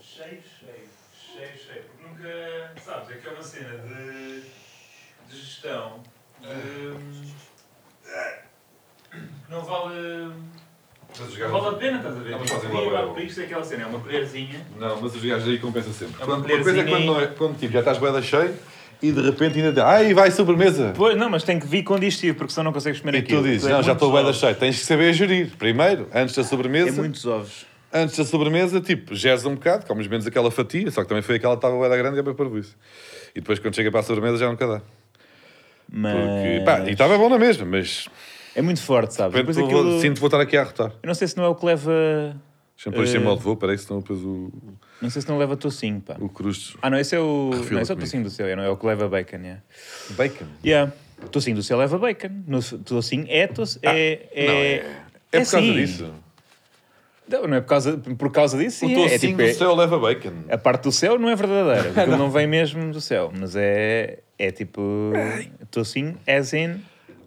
cheio, cheio, cheio, cheio. Porque nunca, sabes, é que é uma cena de, de gestão de- que não vale, Mas os não vale a gajos- pena, estás a ver? Não, mas Tipo, fazem comigo, lá, há por isto é aquela cena, é uma colherzinha. Não, mas os gajos aí compensa sempre. É uma Quando- uma coisa é colherzinha quando, aí. não é- quando, tipo, já estás boeda cheio e de repente ainda te- Ai, vai sobremesa! Pois, não, mas tem que vir conditivo, porque senão não consegues comer E tu aquilo. dizes, é não, já muito estou boeda jovem. cheio. Tens que saber gerir. Primeiro, antes da É sobremesa, muitos ovos. antes da sobremesa, tipo, geres um bocado, comes menos aquela fatia, só que também foi aquela que estava boeda grande e é para parvoíce. E depois quando chega para a sobremesa já nunca dá. Mas... Porque, pá, e estava bom na mesma, mas É muito forte, sabes? depois Depois vou, aquilo... sinto que vou estar aqui a arrotar. Eu não sei se não é o que leva... Deixa-me pôr isto em Eh, modo de voo, peraí, senão depois o, Não sei se não leva tocinho, pá. o crusto. Ah, não, esse é o... Refila Não, esse é o comigo. tocinho do céu, é, não é o que leva bacon, é. Bacon? Yeah. Tocinho do céu leva bacon. No tocinho é... Toc... é, é... não, é- É por causa sim. disso. Não, não é por causa, por causa disso, sim, o é, tocinho é tipo... do é- céu leva bacon. A parte do céu não é verdadeira, porque não. vem mesmo do céu, mas é, é tipo tocinho, as in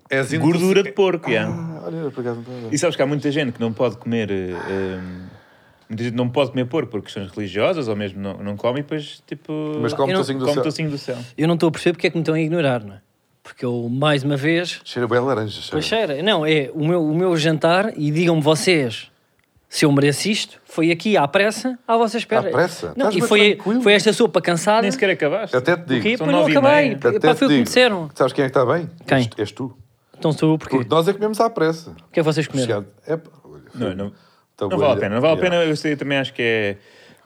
É assim do gordura de porco. yeah. Ah, olha, por acaso não estava a ver. E sabes que há muita gente que não pode comer. eh, hum, muita gente não pode comer porco por questões religiosas ou mesmo não, não come e depois tipo. Mas come eu não- tocinho do come céu. tocinho do céu. Eu não estou a perceber porque é que me estão a ignorar, não é? Porque eu, mais uma vez, Cheira bem a laranja, cheira. Pois cheira. Não, é o meu, o meu jantar e digam-me vocês se eu mereço isto. Foi aqui à pressa, à vossa espera. À pressa? Não, Estás e bem foi, tranquilo. foi esta sopa cansada. Nem sequer acabaste. Eu até te O quê? São digo. Pois não nove e acabei. meia. até Pá, te foi o que me digo. disseram. Sabes quem é que está bem? Quem? És, és tu. Então sou eu porquê? Porque nós é que comemos à pressa. O que é que vocês comeram? Chegado. É, pá, olha, Não, não, Então, não vale a olha, pena. Não vale a yeah. pena. Eu sei, também acho que é.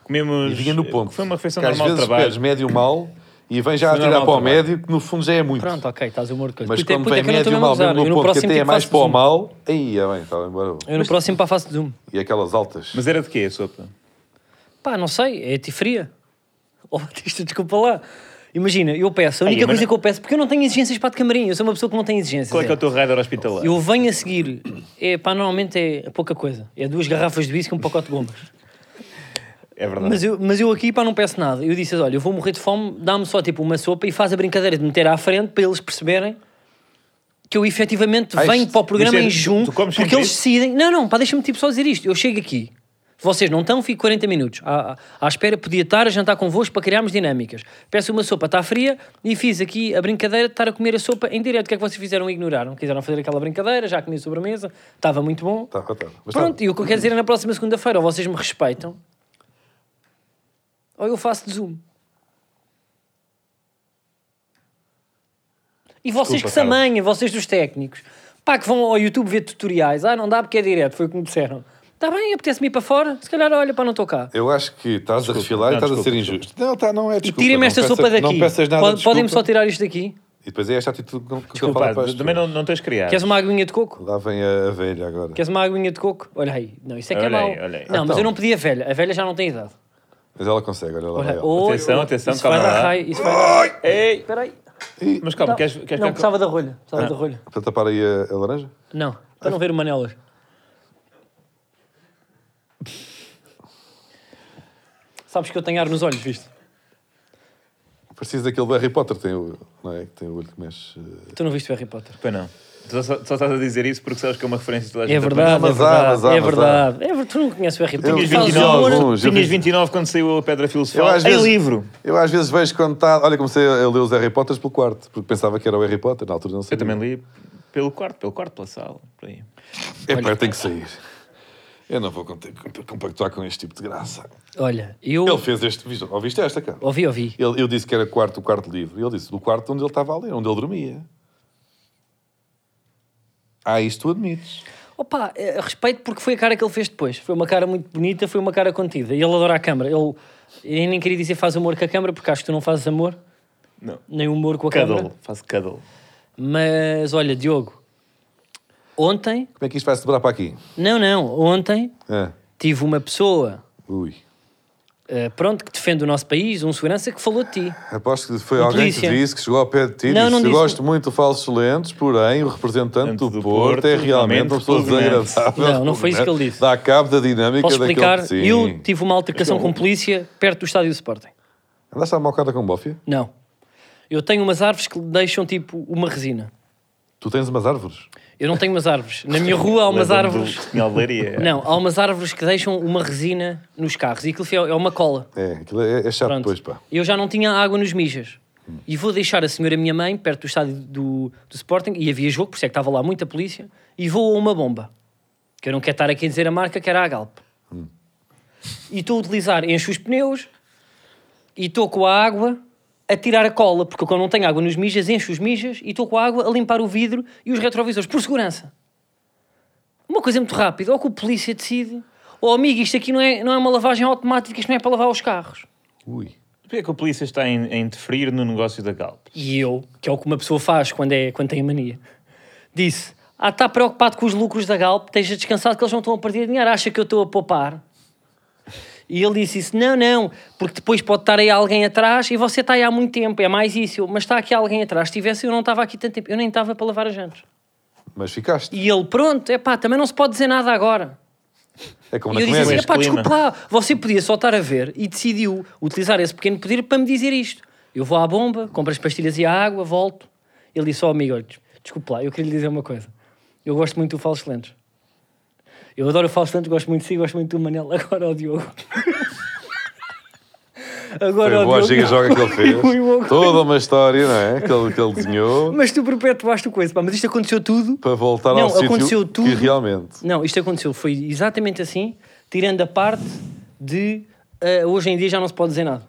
Comemos. E vinha no ponto. Foi uma refeição Que às normal de vezes trabalho. pedes médio mal e vem já a Foi tirar normal para o trabalho. médio, que no fundo já é muito. Pronto, ok, estás a humor de coisa. Mas Puta, quando puta, vem que eu não médio estou mesmo a mal, gozar. mesmo Eu no ponto que próximo até é tipo mais faço para o zoom. mal, aí é bem, está bem, bora. Eu no próximo para faço zoom. E aquelas altas. Mas era de quê a sopa? Pá, não sei, é tifria. Oh, Batista, desculpa lá. Imagina, eu peço, a única Ai, mas coisa não- que eu peço, porque eu não tenho exigências para de camarim, eu sou uma pessoa que não tem exigências. Qual é que é é. o teu radar hospitalar? Eu venho a seguir, é, pá, normalmente é pouca coisa. É duas garrafas de whisky e um pacote de bombas. É verdade. Mas eu, mas eu aqui, pá, não peço nada. Eu disse, olha, eu vou morrer de fome, dá-me só tipo uma sopa e faz a brincadeira de meter à frente para eles perceberem que eu efetivamente Ah, venho isto- para o programa isto é- em junho, tu comes porque sempre eles isto? decidem... Não, não, pá, deixa-me tipo só dizer isto. Eu chego aqui, vocês não estão, fico 40 minutos. À, à- à espera, podia estar a jantar convosco para criarmos dinâmicas. Peço uma sopa, está fria, e fiz aqui a brincadeira de estar a comer a sopa em direto. O que é que vocês fizeram? Ignoraram. Quiseram fazer aquela brincadeira, já comi a sobremesa, estava muito bom. Tá, tá, tá. Mas tá. Pronto, e o que eu quero dizer é na próxima segunda-feira, ou vocês me respeitam, ou eu faço de zoom. E Desculpa, vocês que se amanham, vocês dos técnicos, pá, que vão ao YouTube ver tutoriais, ah, não dá porque é direto, foi o que me disseram. Está bem, apetece-me ir para fora, se calhar, olha, pá, não estou cá. Eu acho que estás a refilar e não, estás a desculpa, ser desculpa. injusto. Não, tá, não é desculpa. Tirem-me não esta peças- sopa daqui. Não peças nada Pode- de Podem-me só desculpa. tirar isto daqui? E depois é esta atitude que eu- que eu Desculpa, falo para as também pessoas. não, não tens criado. Queres uma aguinha de coco? Lá vem a, a velha agora. Queres uma aguinha de coco? Olha aí, não, isso é que é Olha mau. aí, olha aí. Não, mas Então. eu não pedi a velha, a velha já não tem idade. Mas ela consegue, olha lá. vai Olha, ela. oi, Atenção, oi, atenção, isso vai calma dar lá. raio, isso vai dar raio. Ei, Espera aí. Ih, mas calma, Não, queres, queres não que- precisava da rolha. Precisava da rolha. Para tapar aí a, a laranja? Ah. Não, para não ver o Manelas. Sabes que eu tenho ar nos olhos, viste? Precisa daquele do Harry Potter, tem o, não é? Que tem o olho que mexe. eh. Tu não viste o Harry Potter. Pois não. Tu só, só estás a dizer isso porque sabes que é uma referência de toda a gente. É verdade, mas é verdade. há, mas há, é mas verdade. É ver- Tu não conheces o Harry Potter. Eu- Tinhas Faz vi algum. 29, alguns, eu tinhas vi- 29 quando saiu a Pedra Eu Filosofal. às Em vezes- livro. Eu às vezes vejo quando está. Olha, comecei a ler os Harry Potters pelo quarto, porque pensava que era o Harry Potter, na altura não sei. Eu também li pelo quarto, pelo quarto, pela sala. Por aí. É pá, eu tenho que sair. Eu não vou conte- compactuar com este tipo de graça. Olha, eu Um- Ele fez este. viste- Ouviste esta, cara? ouvi, ouvi. Ele, eu disse que era quarto, o quarto livro. E ele disse do quarto onde ele estava a ler, onde ele dormia. Ah, isto tu admites. Opa, eh, respeito porque foi a cara que ele fez depois. Foi uma cara muito bonita, foi uma cara contida. E ele adora a câmara. Ele eu nem queria dizer faz amor com a câmara, porque acho que tu não fazes amor, Não. nem humor com a câmara. um. Cuddle. Faz cuddle. Mas olha, Diogo, ontem Como é que isto vai se dobrar para aqui? Não, não. Ontem Ah, tive uma pessoa, ui. eh, pronto, que defende o nosso país, um segurança, que falou de ti. Aposto que foi Um alguém que te polícia. disse que chegou ao pé de ti e Não, disse não eu disse. gosto muito de falsos lentes, porém o representante Tanto do, do Porto, Porto, é realmente uma realmente pessoa repugnante." desagradável. Não, não foi isso que ele disse. Dá cabo da dinâmica Posso daquele... explicar? Sim. Eu tive uma altercação com polícia perto do estádio do Sporting. Andaste a malcada com bófia? Não. Eu tenho umas árvores que deixam tipo uma resina. Tu tens umas árvores. Eu não tenho umas árvores. Na minha rua há um umas Lembro-me do- árvores. Tinha aldearia. Não, há umas árvores que deixam uma resina nos carros e aquilo foi- é uma cola. É, aquilo é, é chato Pronto. depois, pá. Eu já não tinha água nos mijas. E vou deixar a senhora minha mãe perto do estádio do, do Sporting e havia jogo, por isso é que estava lá muita polícia. E vou a uma bomba. Que eu não quero estar aqui a dizer a marca, que era a Galp. E estou a utilizar, encho os pneus e estou com a água a tirar a cola, porque quando não tenho água nos mijas, encho os mijas e estou com a água a limpar o vidro e os retrovisores, por segurança. Uma coisa muito rápida, ou que o polícia decide, ou amigo, isto aqui não é, não é uma lavagem automática, isto não é para lavar os carros. Ui. Porquê é que a polícia está a in- a interferir no negócio da Galp? E eu, que é o que uma pessoa faz quando, é, quando tem a mania, disse: Ah, está preocupado com os lucros da Galp, esteja descansado que eles não estão a perder dinheiro, acha que eu estou a poupar. E ele disse isso: Não, não, porque depois pode estar aí alguém atrás e você está aí há muito tempo, é mais isso. Eu, Mas está aqui alguém atrás, se tivesse eu não estava aqui tanto tempo, eu nem estava para lavar as jantes. Mas ficaste. E ele: Pronto, é pá, também não se pode dizer nada agora. É como na E eu disse comédia. assim: pá, Este clima. desculpa lá, você podia só estar a ver e decidiu utilizar esse pequeno poder para me dizer isto. Eu vou à bomba, compro as pastilhas e a água, volto. Ele disse ao amigo: olha, des- desculpe lá, eu queria lhe dizer uma coisa. Eu gosto muito do Fausto Lentes. Eu adoro o Fausto Lentes, gosto muito de si, gosto muito do Manel. Agora o Diogo. Agora Foi o boa a giga Diogo. joga que ele Ui, o fez. Diogo. Toda uma história, não é? Que ele, que ele desenhou Mas tu perpetuaste o coisa, pá, mas isto aconteceu tudo. para voltar Não, ao aconteceu sítio tudo. que realmente. Não, isto aconteceu, foi exatamente assim, tirando a parte de ah, hoje em dia já não se pode dizer nada.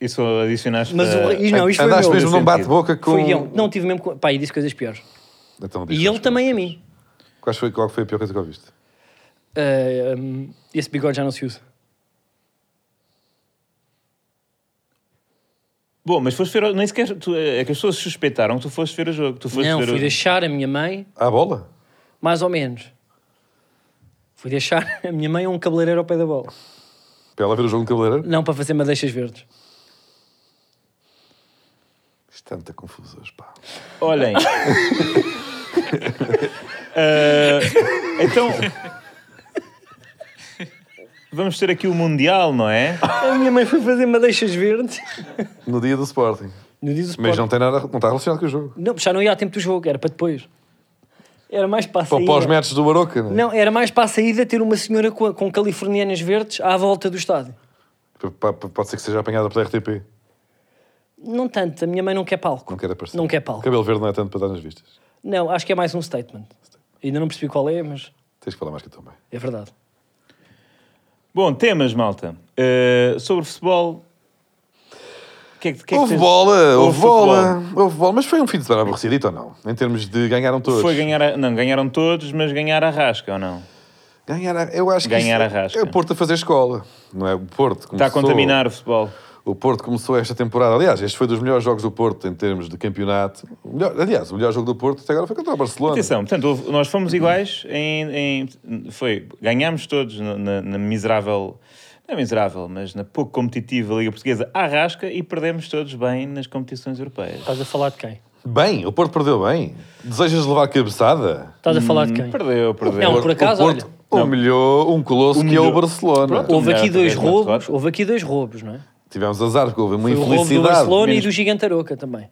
Isso adicionaste. Mas o- a- e não, isto foi Andaste meu. mesmo nesse num bate-boca com. Foi eu. Não, tive mesmo. co- Pá, e disse coisas piores. Então, diz, E ele quais também a mim. Quais foi, qual foi a pior coisa que ouviste? Ah, hum, esse bigode já não se usa. Bom, mas foste ver. Nem sequer. tu- é que as pessoas suspeitaram que tu foste ver o jogo. Tu foste não, ver fui o... deixar a minha mãe, À Ah, bola? mais ou menos. Fui deixar a minha mãe a um cabeleireiro ao pé da bola. Para ela ver o jogo no cabeleireiro? Não para fazer madeixas verdes. Isto é tanta confusão, pá. Olhem. Ah, então. Vamos ter aqui o Mundial, não é? A minha mãe foi fazer madeixas verdes. No dia do Sporting. Não diz o Mas Sport. não, tem nada, não está relacionado com o jogo. Não, já não ia a tempo do jogo, era para depois. Era mais para a Para, para os saída. metros do Baroca, não é? Não, era mais para a saída ter uma senhora com, com californianas verdes à volta do estádio. P- p- p- Pode ser que seja apanhada pela RTP. Não tanto, a minha mãe não quer palco. Não quer aparecer. Não quer palco. Cabelo verde não é tanto para dar nas vistas. Não, acho que é mais um statement. Ainda não percebi qual é, mas Tens que falar mais que eu também. é verdade. Bom, temas, malta. Ah, sobre futebol. Que é que- que é que Houve tens- bola, houve Houve bola, houve bola. Mas foi um fim de semana aborrecidito ou não? Em termos de ganharam todos. Foi ganhar. A... Não, ganharam todos, mas ganhar a rasca ou não? Ganhar, a- eu acho que Ganhar isto a rasca. Tá é o Porto a fazer escola, não é? O Porto Está começou, a contaminar o futebol. O Porto começou esta temporada. Aliás, este foi dos melhores jogos do Porto em termos de campeonato. O melhor- aliás, o melhor jogo do Porto até agora foi contra o Barcelona. Atenção, portanto, houve- nós fomos iguais em. em- foi, ganhámos todos na, na- na miserável. Não é miserável, mas na pouco competitiva Liga Portuguesa à rasca e perdemos todos bem nas competições europeias. Estás a falar de quem? Bem, o Porto perdeu bem. Desejas levar cabeçada? Estás a falar de Hum, quem? Perdeu, perdeu. Não, por acaso, o Porto olha. humilhou um colosso que é Humilhou. o Barcelona. Pronto. Houve aqui Não, dois talvez é uma roubos, derrota. houve aqui dois roubos, não é? Tivemos azar, porque houve uma Foi o roubo do infelicidade Barcelona menos- e do Gigantaroca também.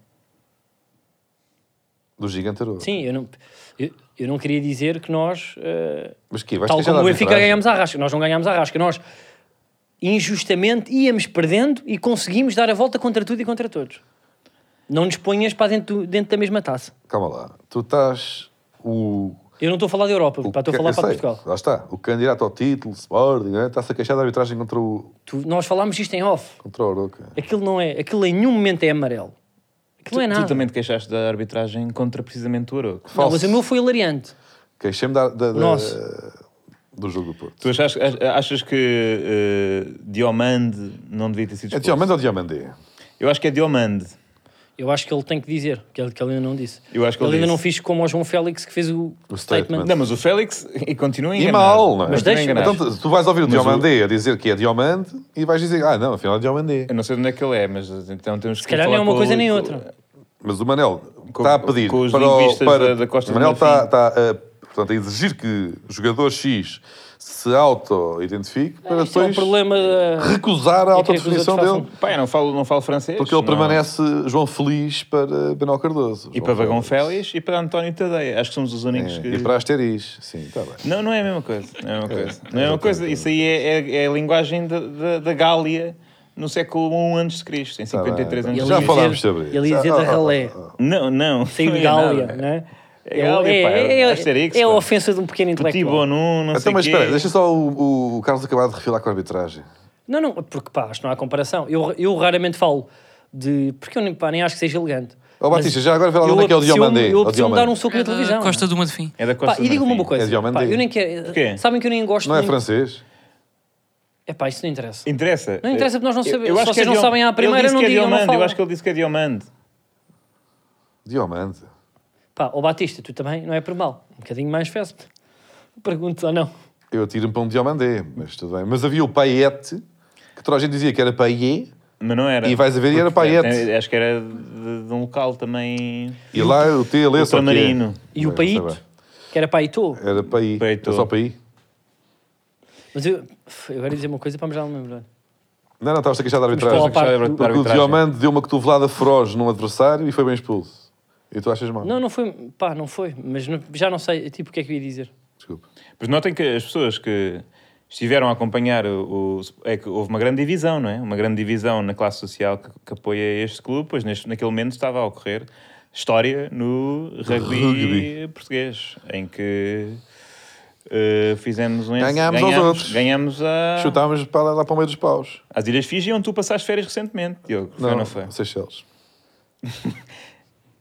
do gigante Aroca. Sim, eu não, eu, eu não queria dizer que nós, eh, Mas que vais tal queixar como o da Benfica, arbitragem? ganhámos a rasca. Nós não ganhámos a rasca. Nós, injustamente, íamos perdendo e conseguimos dar a volta contra tudo e contra todos. Não nos ponhas para dentro, do- dentro da mesma taça. Calma lá. Tu estás o Eu não estou a falar da Europa, O pá, estou a que- falar eu para sei, Portugal. Lá está. O candidato ao título, Sporting, né? está-se a queixar da arbitragem contra o, Tu- nós falámos isto em off. contra o Oroca. Aquilo não é, aquilo em nenhum momento é amarelo. Tu, Aquilo não é nada. tu também te queixaste da arbitragem contra precisamente o Aroco. Não, mas o meu foi hilariante. Queixei-me da, da- da- Nossa. do jogo do Porto. Tu achas, achas que eh, Diomande não devia ter sido É expulso? Diomande ou Diomande? Eu acho que é Diomande. Eu acho que ele tem que dizer, que ele, que ele ainda não disse. Eu acho que ele ainda disse. não fez como o João Félix que fez o, O statement. statement. Não, mas o Félix e continua E enganado. mal, não é? Mas Continua deixa- enganado. Então tu- tu vais ouvir o Mas o- Diomande a dizer que é Diomande e vais dizer, ah não, afinal é Diomande. Eu não sei de onde é que ele é, mas então temos que. Se calhar nem é uma coisa nem outra. é Mas o Manel Com- está a pedir com os para, o, linguistas para da- da Costa o Manel tá- do está, Marfim. está a, portanto, a exigir que o jogador X se auto-identifique para Isto é um depois problema. eh, recusar a eu queria que os outros autodefinição façam- dele. Pai, eu não falo, não falo francês. Porque ele não- permanece João Feliz para Benal Cardoso. E para Vagão Félix e para António Tadeia. Acho que somos os únicos que. É, E para Asteris. Sim, está bem. Não, não é a mesma coisa. Não é a mesma coisa. Não é a mesma coisa. Isso aí é, é- é a linguagem da, da, da Gália no século um I a.C., em 53 bem, anos. tá ele Já ia falámos dizer- sobre isso. Ele ia dizer Ah, da ah, ralé. Não, não. Saiu de Gália, não é? É Gália, é, pá, é, é é- Asterix, é a pá. ofensa de um pequeno Petit intelectual. Bonon, não Então, sei mas quê. espera, deixa só o, o Carlos acabar de refilar com a arbitragem. Não, não, porque pá, acho que não há comparação. Eu, eu raramente falo de. Porque eu nem, pá, nem acho que seja elegante. Ó Batista, já agora vê lá eu onde é que é o Diomandé. Eu O preciso Diomandé. dar um soco na É da televisão. Costa do Marfim. É da Pá, Costa e diga-me uma É coisa. Diomandé. pá, eu nem quero. Porquê? Sabem que eu nem gosto. Não é muito- francês? É pá, isso não interessa. Interessa. Não interessa, porque nós não Eu- sabemos. eu Se acho que é vocês não Diom- sabem à ele primeira, disse não que é digam, não Diomande, Eu falam. acho que ele disse que é Diomande. Diomande. Pá, ó Batista, tu também não é por mal. Um bocadinho mais festa. Pergunto ou não. Eu atiro-me para um Diomandé, mas tudo bem. Mas havia o Paiete, que toda a gente dizia que era Paié, Mas não era. E vais a ver, e era Porque, Paiete. é, Acho que era de, de um local também. e lá o T lê só que é. Ultramarino. E o Não sei Paito, bem. que era Paito. Era Paí. Paito. Era só Paí. Mas eu. eu agora ia dizer uma coisa para me já não lembrar. Não, não, estavas a queixar da para arbitragem. lá para- Gostava de Porque o arbitragem. Diomande deu uma cotovelada feroz num adversário e foi bem expulso. E tu achas mal? Não, não foi. Pá, não foi. Mas não- já não sei. Tipo, o que é que eu ia dizer? Desculpa. Pois notem que as pessoas que estiveram a acompanhar o, o- é que houve uma grande divisão, não é? Uma grande divisão na classe social que, que apoia este clube, pois neste, naquele momento estava a ocorrer história no rugby, Rugby. português, em que eh, fizemos um Ganhámos aos outros. ganhámos a, Chutámos para lá, lá para o meio dos paus. às Ilhas Fiji, onde tu passaste férias recentemente, Diogo. Foi ou não foi? Seychelles.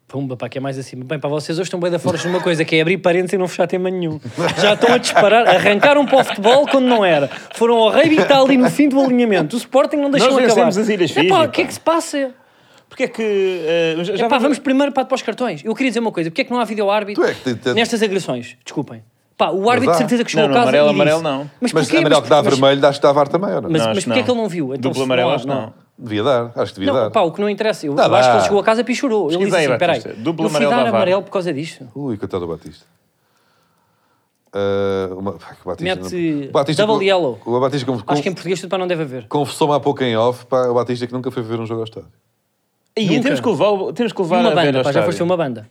Pumba, pá, que é mais acima. Bem, para vocês hoje estão bem da força numa coisa, que é abrir parênteses e não fechar tema nenhum. Já estão a disparar, arrancaram para o futebol quando não era. Foram ao Rei Vitali no fim do alinhamento. O Sporting não deixou Nós acabar. vencemos as Ilhas É pá, Fiji, o que é pá. que se passa? Porque é que... eh, já, já Epá, vamos primeiro para, para os cartões. Eu queria dizer uma coisa: porque é que não há vídeo-árbitro Tu é que te- te- nestas agressões? Desculpem. Pá, o árbitro há. de certeza que chegou Não, ao não, caso amarelo, e disse, amarelo não. Mas, Mas porquê? amarelo que dá mas, vermelho, dás que dá VAR também, ou não? Mas, Não, mas acho porquê é não. que ele não viu? Então, Duplo se não há, amarelo, acho não há. não. Devia dar, acho que devia Não, dar. pá, o que não interessa. Eu, Dá eu acho lá. que ele chegou a casa e chorou. Ele Pesquisa disse aí, assim: peraí, Batista. Duplo eu fui amarelo dar dá VAR." amarelo por causa disto. Ui, coitado do Batista. Ah, uma... Ai, que o Batista Mete o Batista double com- yellow. O Batista como- Acho que é em conf- português tudo para não deve haver. confessou-me há pouco em off, pá, o Batista que nunca foi ver um jogo ao estádio. Ih, Nunca. temos que levar, o- temos que E levar então. uma a ver banda, ao pá, já estádio. foste uma banda.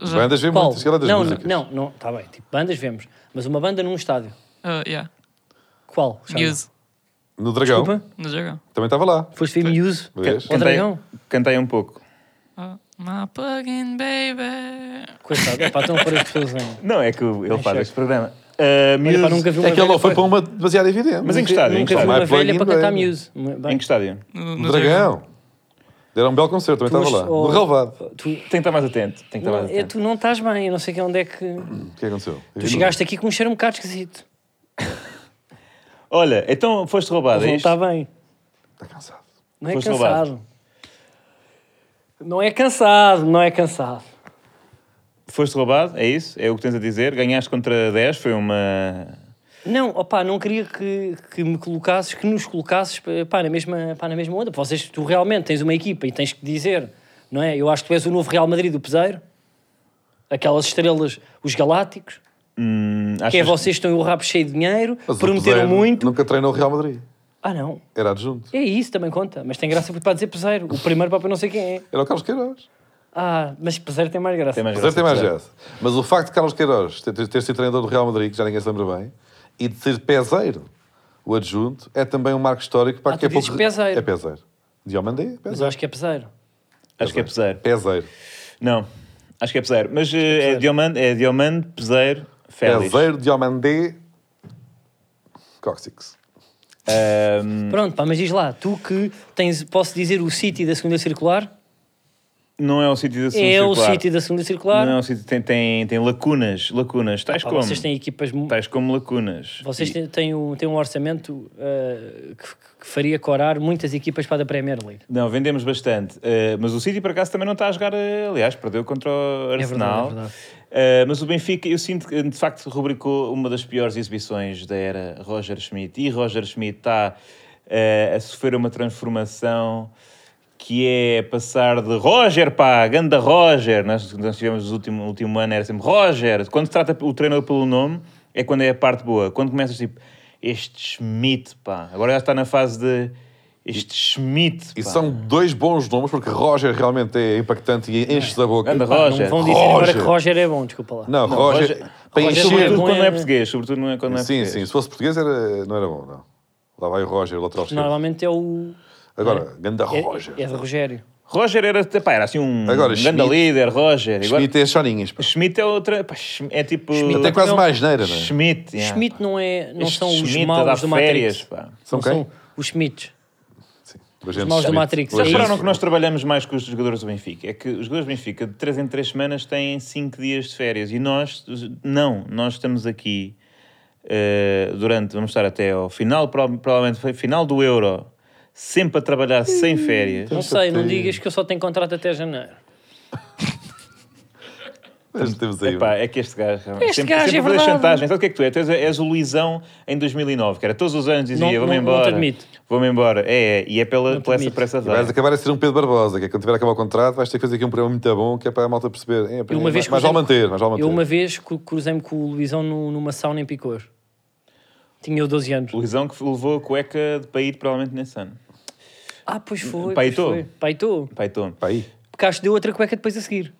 Já. Bandas vê Qual? muitas, se calhar das Não, músicas. não, não, está bem. Tipo, bandas vemos. Mas uma banda num estádio. Ah, yeah. Qual? Chama. Muse, No Dragão, Desculpa? no Dragão. também estava lá. Foste ver Muse. Vês? Ao dragão? cantei um pouco. Oh, my plugin baby. Coitado, é pá, estão a pôr as pessoas em. Não, é que o- ele faz chefe. este programa. Ah, Olha, pá, Muse- nunca vi um uma É que ele velha não foi para- para uma demasiado evidente. Mas em que No estádio? Em que Nunca vi estádio? uma Mas plug-in velha para cantar bem. Muse. Bem, Em que estádio? No, No Dragão. Deram um belo concerto, também tu estava lá. hoje- oh, No Relvado. tu- Tem que estar mais atento. Tem que estar não, mais é, atento. tu não estás bem, eu não sei que onde é que. O que aconteceu? Tu chegaste aqui com um cheiro um bocado esquisito. Olha, então foste roubado, é Não isto? está bem. Está cansado. Não é Foste cansado. roubado. Não é cansado, não é cansado. Foste roubado, é isso? É o que tens a dizer. Ganhaste contra 10, foi uma... Não, opá, não queria que, que me colocasses, que nos colocasses eh, pá, na, mesma, pá, na mesma onda. Vocês, tu realmente tens uma equipa e tens que dizer, não é? Eu acho que tu és o novo Real Madrid do Peseiro, aquelas estrelas, os Galácticos, Hum, achas... que é vocês que estão o rabo cheio de dinheiro, Mas o prometeram Peseiro muito. Nunca treinou o Real Madrid. Ah, não. Era adjunto. É isso, também conta. Mas tem graça porque para dizer Peseiro. O primeiro papo eu não sei quem é. Era o Carlos Queiroz. Ah, mas Peseiro tem mais graça. Tem mais Mas tem graça, mais apesar. graça. Mas o facto de Carlos Queiroz ter, ter sido treinador do Real Madrid, que já ninguém se lembra bem, e de ser peseiro o adjunto, é também um marco histórico para Ah, que é tu dizes pouco. peseiro. É peseiro. Diomandé, Mas peseiro. eu acho que é Peseiro. Acho que é pesar. Peseiro. Não, acho que é pesar. Mas eh, é Diomande, é Diomande, Peseiro, Félix. Peseiro, Diomandé, Cóxix. Ahm, Pronto, pá, mas diz lá, tu que tens, posso dizer, o City da segunda circular? não é o sítio da segunda É o circular. City da segunda circular. Não é o sítio, tem, tem, tem lacunas, lacunas, tais Pá, como... Vocês têm equipas. mu- Tais como lacunas. Vocês E- têm, têm um, têm um orçamento uh, que, que faria corar muitas equipas para a Premier League. Não, vendemos bastante. Eh, mas o City, por acaso, também não está a jogar. eh, aliás, perdeu contra o verdade, Arsenal. é verdade. Eh, mas o Benfica, eu sinto que, de facto, rubricou uma das piores exibições da era Roger Schmidt. E Roger Schmidt está eh, a sofrer uma transformação que é passar de Roger, pá, ganda Roger. Nós, nós tivemos no último, no último ano, era sempre Roger. Quando se trata o treinador pelo nome, é quando é a parte boa. Quando começas tipo, este Schmidt, pá, agora já está na fase de este Schmidt. E pá. são dois bons nomes, porque Roger realmente é impactante e enche-se a boca. Anda, Pá, Roger. não vão dizer agora que Roger. Roger é bom, desculpa lá. Não, Roger, Roger- Para Roger encher. é Sobretudo bom. quando não é português, sobretudo não é quando não é Sim, português. sim. Se fosse português era, não era bom, não. Lá vai o Roger, o lateral esquerdo. Normalmente é o. Agora, ganda É, Roger. é de Rogério. Roger era, pá, era assim um Agora, grande Schmidt- líder, Roger. Agora- Schmidt é chorinhas. pá. Schmidt é outra. Pá, Schm- é tipo. Schmidt Até Não, quase não. mais neira, não é? Schmidt. yeah. Schmidt não, é, não Este são os Schmidt a dar maus do férias, pá. Matrix. São Não quem? são os Schmidts. Sim. Agente maus do Schmidt. Matrix, O é Já agente- isso. repararam que nós trabalhamos mais com os jogadores do Benfica? É que os jogadores do Benfica, de 3 em 3 semanas, têm 5 dias de férias. E nós, não, nós estamos aqui eh, durante, vamos estar até ao final, prova- provavelmente foi final do Euro, sempre a trabalhar sem férias. Não sei, não digas que eu só tenho contrato até janeiro. Mas temos aí. um- Epá, é que este gajo realmente, Este sempre, gajo sempre é a fazer verdade. chantagem. Sabe o que é que tu és? Tu és, és o Luizão em 2009, que era todos os anos Não- dizia: não- Vou-me não te embora. admito. Vou-me embora. É, é, e é pela, Não te pela essa admito. pressa E vais azar. acabar a ser um Pedro Barbosa, que é quando tiver a acabar o contrato, vais ter que fazer aqui um programa muito bom, que é para a malta perceber. É, Eu uma mas- vez mas vale cruzei-me- manter, mas vale manter. Eu uma vez cru- cruzei-me com o Luizão nu- numa sauna em Picor. Tinha eu 12 anos. O Luizão que levou a cueca de Paito, provavelmente nesse ano. Ah, pois foi. Paitou? pois foi. Paitou. Paito. Pá, aí. Porque acho que deu outra cueca depois a seguir.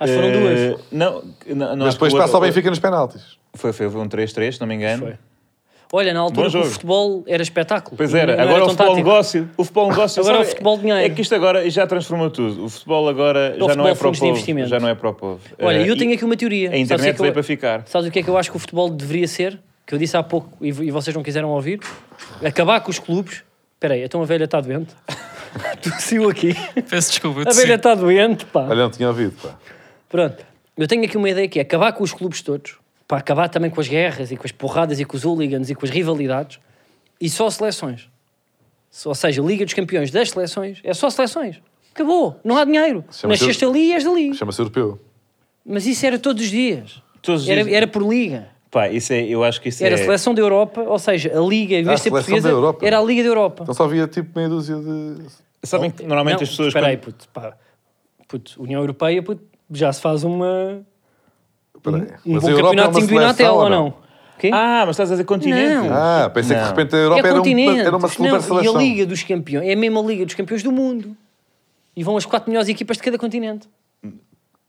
Acho que foram Eh, duas. Não, que- não, não Mas acho que depois o passa ao outro- Benfica nos penaltis. Foi, foi um 3-3, se não me engano. Foi. Olha, na altura Bom que o jogo. futebol era espetáculo. Pois E era, não agora o tão futebol tático. negócio. O futebol negócio Agora sabe, o futebol dinheiro. É que isto agora já transformou tudo. O futebol agora já não futebol é para o fundos de povo. investimento. Já não é para o povo. Olha, Eh, eu e tenho aqui uma teoria. A Sabes o que é internet que eu- veio para ficar. Sabes o que é que eu acho que o futebol deveria ser? Que eu disse há pouco e, e vocês não quiseram ouvir? Acabar com os clubes. Espera aí, então a velha está doente. Tossiu aqui. Peço desculpa. eu A tossi. velha está doente, pá. Olha, não tinha ouvido. Pá. Pronto. Eu tenho aqui uma ideia que é acabar com os clubes todos, para acabar também com as guerras e com as porradas e com os hooligans e com as rivalidades e só seleções. Se- Ou seja, Liga dos Campeões das seleções é só seleções. Acabou, não há dinheiro. Chama-se- Nasceste ali e és dali. Chama-se europeu. Mas isso era todos os dias. Todos os era, dias. era por liga. Pá, isso é, eu acho que isso Era é... a seleção da Europa, ou seja, a liga, em Ah, a vez de ser seleção da portuguesa, Europa. era a Liga da Europa. Então só havia tipo meia dúzia de. Sabem Então, que normalmente Não, as pessoas... Espera aí, quando- puto, pá. Puto, União Europeia, puto, já se faz uma, Peraí. um Mas bom a Europa é campeonato uma sem Binatel, seleção, ou não? Quê? Ah, mas estás a dizer continente. Não. Ah, pensei que de Não. repente a Europa é era, continente. um, era uma super não, e a seleção. Liga dos Campeões, é a mesma Liga dos Campeões do mundo. E vão as quatro melhores equipas de cada continente.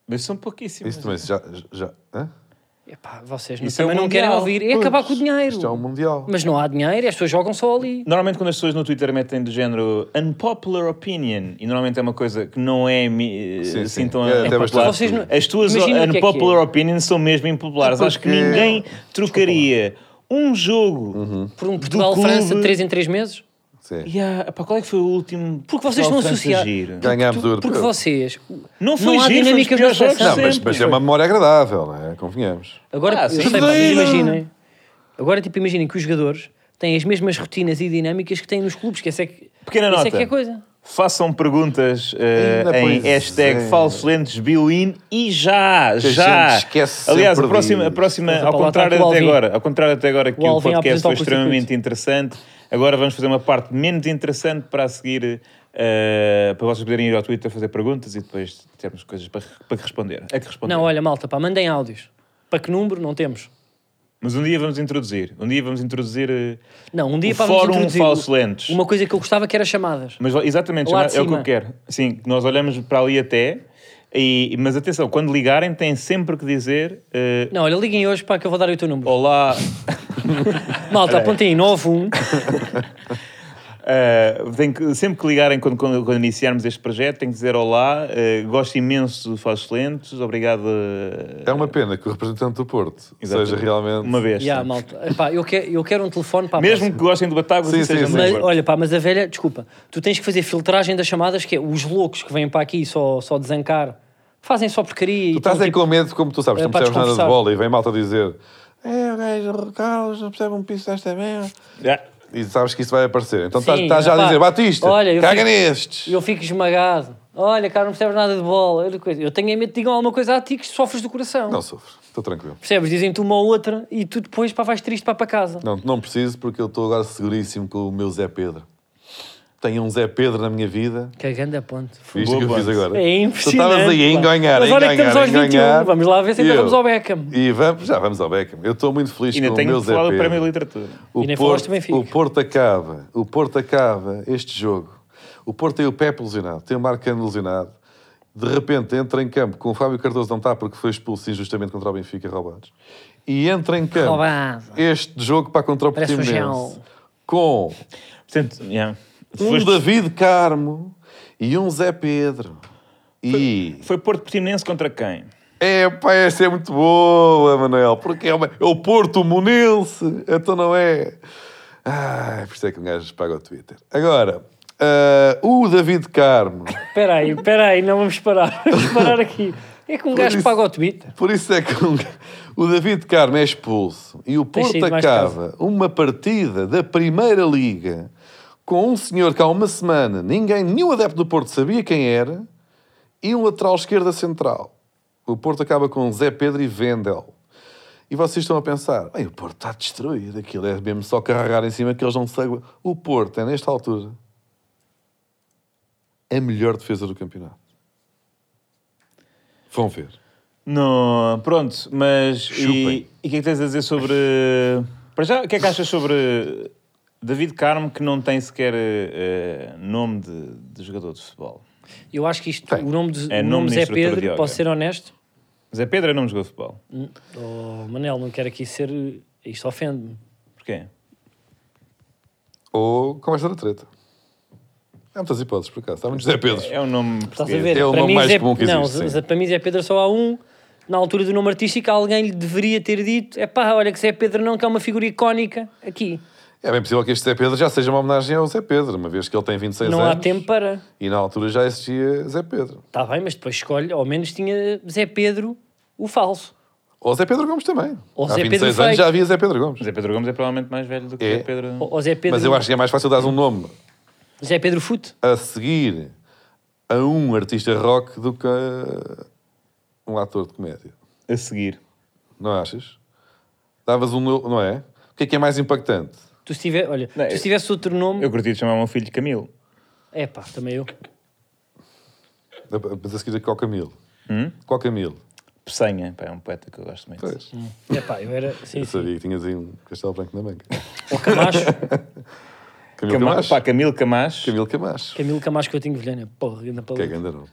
Mas são pouquíssimas. Isso, mas já. já hã? Epá, vocês não, Isso é também o não querem Mundial. ouvir. É acabar com o dinheiro. Isto é um mundial. Mas não há dinheiro, as pessoas jogam só ali. Normalmente quando as pessoas no Twitter metem do género unpopular opinion, e normalmente é uma coisa que não é mi- Sim, assim sim. tão É, até unpopular. bastante. Vocês não- As tuas Imagina o que é que unpopular é. opinions são mesmo impopulares. É Acho que porque- ninguém trocaria um jogo. Uhum. Por um Portugal-França clube. de 3 em 3 meses. Sim. Yeah, pá, qual é que foi o último? Porque vocês não Portugal-França associaram. giro? Ganhámos o europeu. Porque vocês. Não foi há giro, foi dinâmicas dos piores na jogos seleção. Não, mas, sempre. mas é uma memória agradável, não é? Convenhamos. Agora, Ah, eu sim. sei, pá, mas Judeira! imaginem. Agora, tipo, imaginem que os jogadores têm as mesmas rotinas e dinâmicas que têm nos clubes, que essa é que, Pequena essa nota. é, que é a coisa. Façam perguntas eh, Ainda em pois hashtag é. falsolentesbioin e já, a já. gente esquece Aliás, a sempre próxima, a disso. próxima Estás a ao falar contrário tanto do até Alvin. agora, ao contrário até agora que O o, Alvin a podcast apresentar foi o curso de extremamente interessante, agora vamos fazer uma parte menos interessante para a seguir, eh, para vocês poderem ir ao Twitter fazer perguntas e depois termos coisas para, para que responder. A que responder. Não, olha, malta, pá, mandem áudios. Para que número? Não temos. Mas um dia vamos introduzir, um dia vamos introduzir eh, Não, um dia o para vamos Fórum introduzir Falso Lentes. uma coisa que eu gostava que era chamadas. Mas exatamente, chama- Lá de é o que cima. eu quero. Sim, que nós olhamos para ali até, e, mas atenção, quando ligarem têm sempre que dizer eh, Não, olha, liguem hoje para que eu vou dar o teu número. Olá, Oh, Malta, apontem aí, 91. eh, tem que- sempre que ligarem quando, quando, quando iniciarmos este projeto, tem que dizer olá, eh, gosto imenso do Fausto Lentes, obrigado. eh, É uma pena que o representante do Porto exatamente. seja realmente. Uma vez. Já, sim. malta. Epá, eu, que- eu quero um telefone para a é. Mesmo próxima. que gostem do Batáguas, Sim, isso sim, seja sim. muito Mas, importante. olha, pá, mas a velha, desculpa, tu tens que fazer filtragem das chamadas, que é os loucos que vêm para aqui só, só desancar, fazem só porcaria Tu e estás tão, aí com medo, como tu sabes, Então, é tu não para percebes nada de desconversar. bola e vem malta dizer é o gajo do Carlos, não percebe um piso desta merda. Ah, E sabes que isso vai aparecer. Então Sim, estás estás já a epá, dizer Batista, olha, eu caga fico- nestes. eu fico esmagado. Olha, cara, não percebes nada de bola. Olha que coisa. Eu tenho é medo que digam alguma coisa a ti que sofres do coração. Não sofro, estou tranquilo. Percebes? Dizem-te uma ou outra e tu depois pá, vais triste pá, para casa. Não, não preciso porque eu estou agora seguríssimo com o meu Zé Pedro. Tenho um Zé Pedro na minha vida. Que é grande ponto. Foi isto que eu Boa fiz ponte. agora. É Tu impressionante. estavas aí a pá. enganhar, Mas olha que estamos aos 21. enganhar. Vamos lá ver se E eu? entramos ao Beckham. E vamos, já vamos ao Beckham. Eu estou muito feliz Ainda com é o tenho meu que Zé falar do Prémio de Pedro. Literatura. O E nem falaste Porto, do Benfica. o Porto acaba, o Porto acaba este jogo. O Porto tem o Pepe lesionado, tem o Marcano lesionado. De repente entra em campo com o Fábio Cardoso não está porque foi expulso injustamente contra o Benfica roubados. E entra em campo Roubado. este jogo para contra o Parece um Portimonense gel. com Portanto, yeah. um Foste- David Carmo e um Zé Pedro. E Foi Porto Portimonense contra quem? É, pá, essa é muito boa, Manuel, porque é, uma- é o Porto Monense, então não é? Ai, por isso é que um gajo paga o Twitter. Agora, ah, o David Carmo, Espera aí, espera aí, não vamos parar. Vamos parar aqui. É que um gajo isso- paga o Twitter. por isso é que um ga- o David Carmo é expulso e o Porto saído mais de acaba uma partida da Primeira Liga com um senhor que há uma semana ninguém, nenhum adepto do Porto sabia quem era e um lateral esquerda central. O Porto acaba com Zé Pedro e Vendel. E vocês estão a pensar, bem, o Porto está destruído, aquilo é mesmo só carregar em cima que eles não se agu-". O Porto é, nesta altura, a melhor defesa do campeonato. Vão ver. No, pronto, mas. E, Chupem. e o que é que tens a dizer sobre. Para já, o que é que achas sobre David Carmo, que não tem sequer eh, nome de, de jogador de futebol? Eu acho que isto, Tem. o nome de, É o nome nome de de Zé instrutor de Pedro, yoga. posso ser honesto? Zé Pedro é nome de jogador de futebol. Oh, Manel, não quero aqui ser. Isto ofende-me. Porquê? Ou com esta da treta. É Há muitas hipóteses, por acaso. Tá Há muitos Zé Pedros. É um nome Estás português. a ver? É o para nome mim, mais Zé, comum que não, existe, sim. Zé- para mim, Zé Pedro só há um. Na altura do nome artístico, alguém lhe deveria ter dito: é pá, olha que Zé Pedro não, que é uma figura icónica aqui. É bem possível que este Zé Pedro já seja uma homenagem ao Zé Pedro, uma vez que ele tem 26 não anos. há tempo para. E na altura já existia Zé Pedro. Está bem, mas depois escolhe, ao menos tinha Zé Pedro o falso. Ou Zé Pedro Gomes também. Ou Há Zé 26 Pedro anos Feio. já havia Zé Pedro Gomes. Zé Pedro Gomes é provavelmente mais velho do que É. Zé Pedro. Ou, ou Zé Pedro, Mas eu acho que é mais fácil dar um nome Zé Pedro Fute. a seguir a um artista rock do que a um ator de comédia. A seguir. Não é, achas? Davas um no- não é? O que é que é mais impactante? Tu se tiver, olha, Não, tu eu- se tivesse outro nome. Eu curti de chamar o meu filho de Camilo. É pá, também eu. Mas a seguir a Coca Mil. Hum? Coca Mil. Pessanha, pá, é um poeta que eu gosto muito. Pois. É pá, eu era. Sim, Eu sim. sabia que tinhas aí um castelo branco na manga. Ou Um Camacho. Camilo Cama... Camacho. Pá, Camilo Camacho. Camilo Camacho. Camilo Camacho que eu tinha velhana. Porra, ainda para Que é grande nome.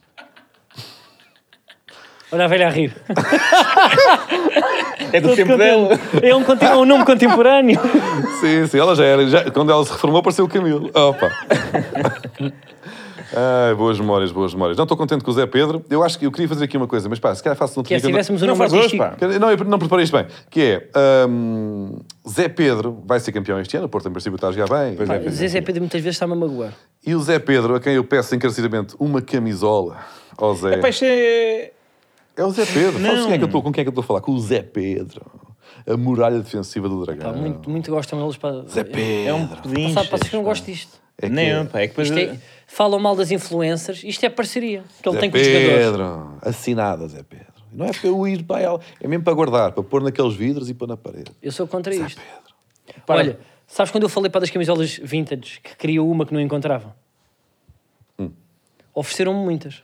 Olha a velha a rir. É do tempo dela. É um, conte- é um nome contemporâneo. Sim, sim, ela já era. já- quando ela se reformou, apareceu o Camilo. Opa! Ai, boas memórias, boas memórias. Não estou contente com o Zé Pedro. Eu acho que eu queria fazer aqui uma coisa, mas pá, se calhar faço um Que é, se tivéssemos um Não nome faz hoje, artístico. pá. Quer dizer, Não, eu não preparei isto bem. Que é, hum, Zé Pedro vai ser campeão este ano, o Porto em princípio está a jogar bem. Pá, Às vezes é Pedro muitas vezes está-me a magoar. E o Zé Pedro, a quem eu peço encarecidamente uma camisola, ó Zé. Pá, isto é- É o Zé Pedro. Não. Sabes quem é que eu estou, com quem é que eu estou a falar? Com o Zé Pedro. A muralha defensiva do Dragão. Pá, Tá muito, muito gostam eles para. Ah. Zé Pedro. É um pedinho. Sabe, para que eu não gosto disto. É que- Não, pá, é que depois. Isto é- falam mal das influencers. Isto é parceria que ele Zé tem com os jogadores. Pedro. Assinada, Zé Pedro. Não é para eu ir para ela. É mesmo para guardar, para pôr naqueles vidros e pôr na parede. Eu sou contra isto. Para. Olha, sabes quando eu falei para das camisolas vintage que queria uma que não encontrava? Hum. Ofereceram-me muitas.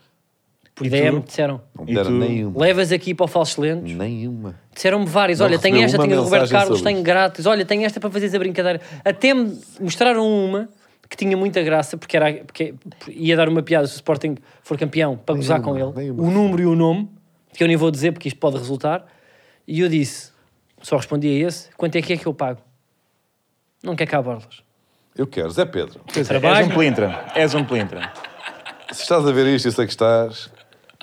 Por ideia me disseram. Não E deram tu? nenhuma. Levas aqui para o Falsos Lentos. Nenhuma. Disseram-me várias. Não Olha, tenho recebeu esta, uma tenho do Roberto mensagem Carlos, sobre tenho isso. grátis. Olha, tenho esta para fazeres a brincadeira. Até me mostraram uma que tinha muita graça, porque, era, porque ia dar uma piada se o Sporting for campeão, para gozar com ele. uma, nem uma. O número e o nome, que eu nem vou dizer porque isto pode resultar. E eu disse, só respondi a esse, quanto é que é que eu pago? Não quer cá borlas. Eu quero, Zé Pedro. Pois é, És Trabalho. um plintra. És um plintra. Se estás a ver isto, eu sei que estás.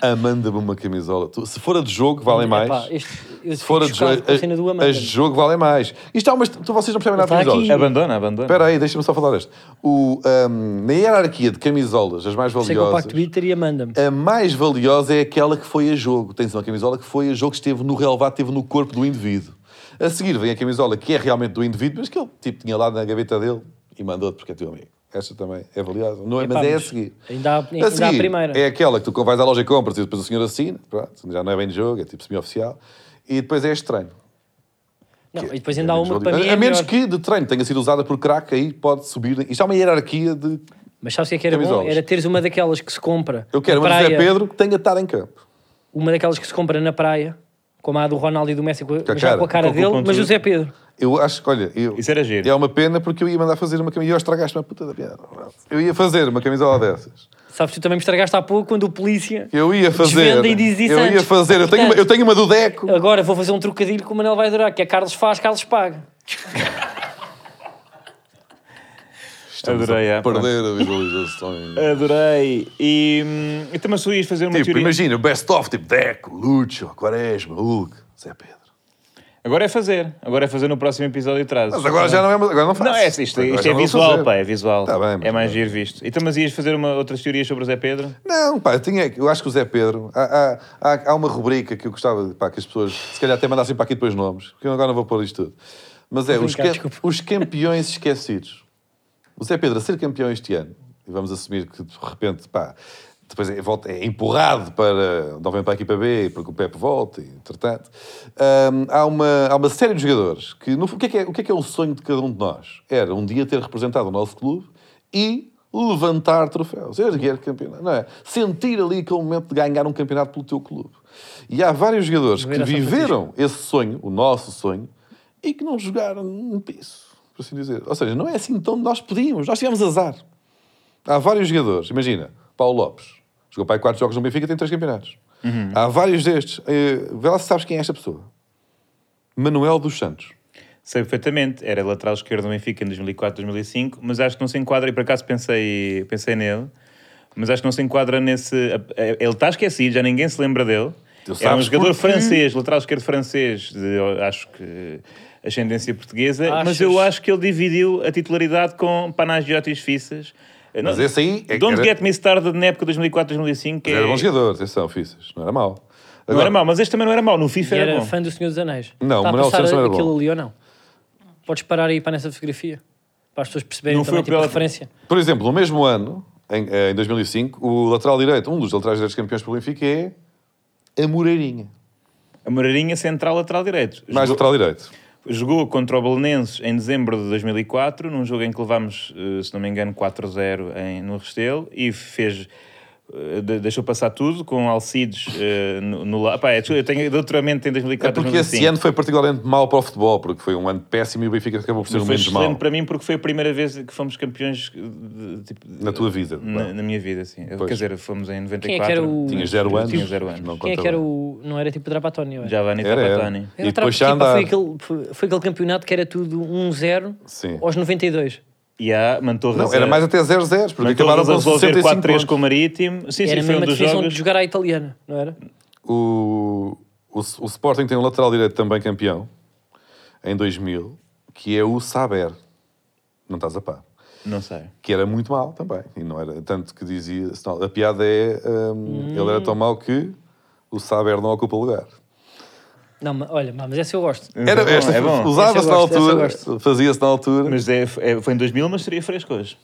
Ah, manda-me uma camisola. Tu- se for a de jogo, valem mais. Epá, este- eu se for a de fico jogo, chocado com a cena do as de Amanda. jogo valem mais. Isto há umas. Tu, vocês não percebem nada de Está aqui. camisolas. Abandona, abandona. Espera aí, deixa-me só falar isto. O, ahm, na hierarquia de camisolas, as mais Sei que eu pago valiosas, Twitter e Amanda-me. a mais valiosa é aquela que foi a jogo. Tens uma camisola que foi a jogo, que esteve no relevado, esteve no corpo do indivíduo. A seguir vem a camisola que é realmente do indivíduo, mas que ele tipo, tinha lá na gaveta dele e mandou-te porque é teu amigo. Esta também é valiosa. Não é, Epá, mas é a mas seguir. ainda há- A ainda há a seguir primeira. É aquela que tu vais à loja e compras e depois o senhor assina. Pronto, já não é bem de jogo, é tipo semi-oficial. E depois é estranho. Não, e depois ainda há uma que para é a, mim é a menos melhor. que de treino tenha sido usada por craque, aí pode subir. Isto é uma hierarquia de Mas sabes o que é que era bom? Camisolas. Era teres uma daquelas que se compra Eu quero na uma do Zé praia. Pedro que tenha de estar em campo. Uma daquelas que se compra na praia, como a do Ronaldo e do Messi, com, a mas já cara, com a cara com o dele, conteúdo. mas o Zé Pedro. Eu acho que, olha, eu, Isso era giro. é uma pena porque eu ia mandar fazer uma camisola. Eu estragaste uma puta da piada. Eu ia fazer uma camisola dessas. Sabes, tu também me estragaste há pouco quando o polícia. Eu ia fazer. Desvenda e diz isso eu ia antes. fazer. Eu tenho, uma, eu Portanto, tenho uma do Deco. Agora vou fazer um trocadilho que o Manel vai adorar, que é Carlos faz, Carlos paga. Estamos Adorei, a é, pronto. um É, perder a visualização. Adorei. E hum, eu também só ia fazer uma Tipo, teoria. imagina, o best of, tipo Deco, Lúcio, Quaresma, Hulk, Zé Pedro. Agora é fazer. Agora é fazer no próximo episódio e trazes. Mas agora já não é. Agora não faz. Não, é, isto, isto Agora já é não vou visual, fazer. pá, é visual. Tá bem, mas é mais pronto. giro visto. Então, mas ias fazer uma, outras teorias sobre o Zé Pedro? Não, pá, eu, tinha, eu acho que o Zé Pedro. Há, há- há, há uma rubrica que eu gostava de- pá, que as pessoas, se calhar, até mandassem para aqui depois nomes, porque eu agora não vou pôr isto tudo. Mas é, Vou os, brincar, ca- desculpa. os campeões esquecidos. O Zé Pedro a ser campeão este ano, e vamos assumir que de repente, pá, depois é, volta, é empurrado para. Não vem para a equipa B, porque o Pepe volta, e, entretanto. hum, há, uma, há uma série de jogadores que. No, fundo, o, que é que é, o que é que é o sonho de cada um de nós? Era um dia ter representado o nosso clube e levantar troféus, erguer campeonato, não é? Sentir ali aquele momento de ganhar um campeonato pelo teu clube. E há vários jogadores Vou que ir a São viveram esse sonho, o nosso sonho, e que não jogaram um piso, por assim dizer. Ou seja, não é assim tão nós podíamos, nós tivemos azar. Há vários jogadores, imagina, Paulo Lopes, jogou para aí quatro jogos no Benfica, tem três campeonatos. Uhum. Há vários destes. Eh, Vê lá se sabes quem é esta pessoa. Manuel dos Santos. Sei perfeitamente. Era lateral esquerdo do Benfica em 2004, 2005, mas acho que não se enquadra, e por acaso pensei, pensei nele, mas acho que não se enquadra nesse... Ele está esquecido, já ninguém se lembra dele. Era Tu um sabes jogador porquê? francês, lateral esquerdo francês, de, acho que ascendência portuguesa, mas Achas? eu acho que ele dividiu a titularidade com Panagiotis Fissas. Mas esse aí é- Don't era- get me started na época de 2004, 2005. Mas Era é- bom jogador, atenção, Fissas, não era mau. Não era mau, mas este também não era mau. No FIFA E era, era bom. fã do Senhor dos Anéis. Não, Está a Manuel passar Santos não era aquilo bom. ali ou não? Podes parar aí para nessa fotografia. Para as pessoas perceberem Não foi também o tipo, a pior- referência. Por exemplo, no mesmo ano, em, eh, em 2005, o lateral direito, um dos laterais direitos campeões pelo Benfica é a Moreirinha. A Moreirinha central, lateral direito. Mais Jogou- lateral direito. Jogou contra o Belenenses em dezembro de 2004, num jogo em que levámos, eh, se não me engano, 4-0 em- no Restelo e fez. eh, de- Deixou passar tudo com Alcides eh, no, no lá. Pá, é, desculpa, eu tenho doutoramento em 2004. É porque esse 2005. ano foi particularmente mau para o futebol, porque foi um ano péssimo e o Benfica acabou por ser Mas um foi menos mau excelente para mim porque foi a primeira vez que fomos campeões de- de- tipo, na tua vida. na, na minha vida. Assim. Pois. Quer dizer, fomos em 94. é era o- Tinha zero anos. Tinha zero anos. Não Quem é conta que era bem. o. Não era tipo Drapatoni, era? Giovanni Era, era. Trapattoni. E Era depois Drapatoni, já pá, andava. foi, aquele, foi- foi aquele campeonato que era tudo 1-0 Sim. aos 92. E há Mantorras. Não, era a- mais até 0-0, porque Mantorras acabaram é- a com resolver 65 4-3 com o pontos. Marítimo. Sim, era sim, foi um mesmo a dos decisão de jogos. jogar à italiana, não era? O, o, o Sporting tem um lateral direito também campeão, em 2000, que é o Saber. Não estás a par. Não sei. que era muito mau também. E não era tanto que dizia. senão- a piada é. hum, Ele era tão mau que o Saber não ocupa lugar. Não, mas, olha, mas essa eu gosto. Era, bom, esta, é bom. Usava-se Essa eu na gosto, essa eu altura, gosto. fazia-se na altura. Mas é, é- foi em 2000, mas seria fresco hoje.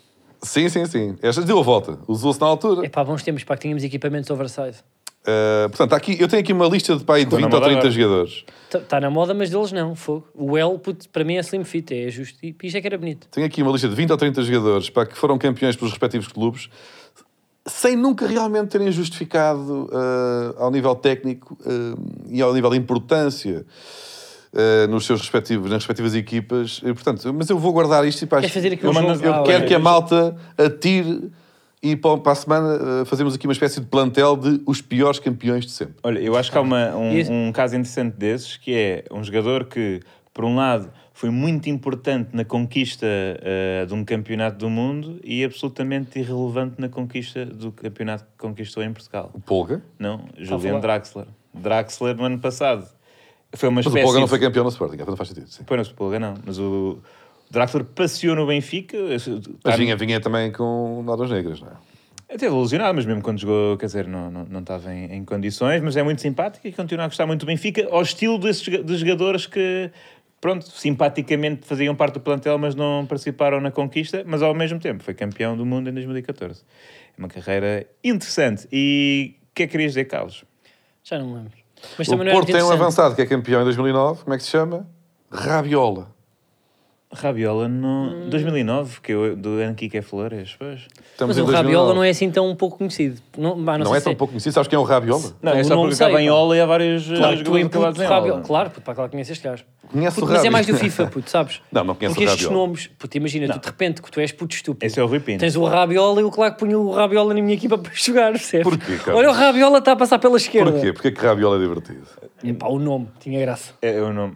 Sim, sim, sim. Esta deu a volta. Usou-se na altura. É pá, bons tempos, pá, que tínhamos equipamentos oversize. Ah, portanto, aqui, eu tenho aqui uma lista de pai de Estou na 20 ou moda 30 agora. jogadores. Está Tá, na moda, mas deles não, fogo. O L, puto, para mim é slim fit, é justo. E isto é que era bonito. Tenho aqui uma lista de 20 ou 30 jogadores para que foram campeões pelos respectivos clubes sem nunca realmente terem justificado ah, ao nível técnico ah, e ao nível de importância ah, nos seus respectivos, nas respectivas equipas. E, portanto, mas eu vou guardar isto e para Queres fazer aqui Eu um mando- jogo? eu Ah, Quero olha. que a malta atire e para para a semana ah, fazemos aqui uma espécie de plantel de os piores campeões de sempre. Olha, eu acho que há uma- E esse- um, um caso interessante desses, que é um jogador que, por um lado, foi muito importante na conquista eh, de um campeonato do mundo e absolutamente irrelevante na conquista do campeonato que conquistou em Portugal. Polga? Não, falar. Julian Draxler. Draxler no ano passado. Foi uma Mas espécie o Polga não de- foi campeão no Sporting, portanto faz sentido. Sim. Pois não, se Pulga não. Mas o Draxler passeou no Benfica. eh, esse- Ah, Mas vinha, vinha também com notas negras, não é? Até ilusionado, mas mesmo quando jogou, quer dizer, não, não, não estava em, em condições, mas é muito simpático e continua a gostar muito do Benfica, ao estilo desses joga- dos jogadores que, pronto, simpaticamente faziam parte do plantel, mas não participaram na conquista, mas ao mesmo tempo foi campeão do mundo em 2014. É uma carreira interessante. E o que é que querias dizer, Carlos? Já não me lembro. Mas O também não era Porto muito tem um interessante. avançado que é campeão em 2009, como é que se chama? Rabiola. Rabiola no 2009, que eu, do ano que é Flores, pois. Estamos Mas o em 2009. Rabiola não é assim tão pouco conhecido. Não, bah, não, Não sei é tão se- pouco conhecido. Sabes quem é o Rabiola? Não, Pelo é só nome porque acaba sei, em pá. Ola e há vários eh, Claro, tu em puto, acabados em Rabiola. Ola. Claro, puto, pá, claro que conheces este gajo. Conhece o Puto, mas é Rabiola. mais do FIFA, puto, sabes? Não, não conheço Porque o estes Rabiola. nomes, puto, imagina, tu de repente que tu és puto estúpido. Esse é o Rui Pinto. Tens o Rabiola e o Claro que punha o Rabiola na minha equipa para jogar, percebes? Porquê, cara? Olha, o Rabiola está a passar pela esquerda. Porquê? Porque é que Rabiola é divertido? Epá, o nome tinha graça, É, é o nome.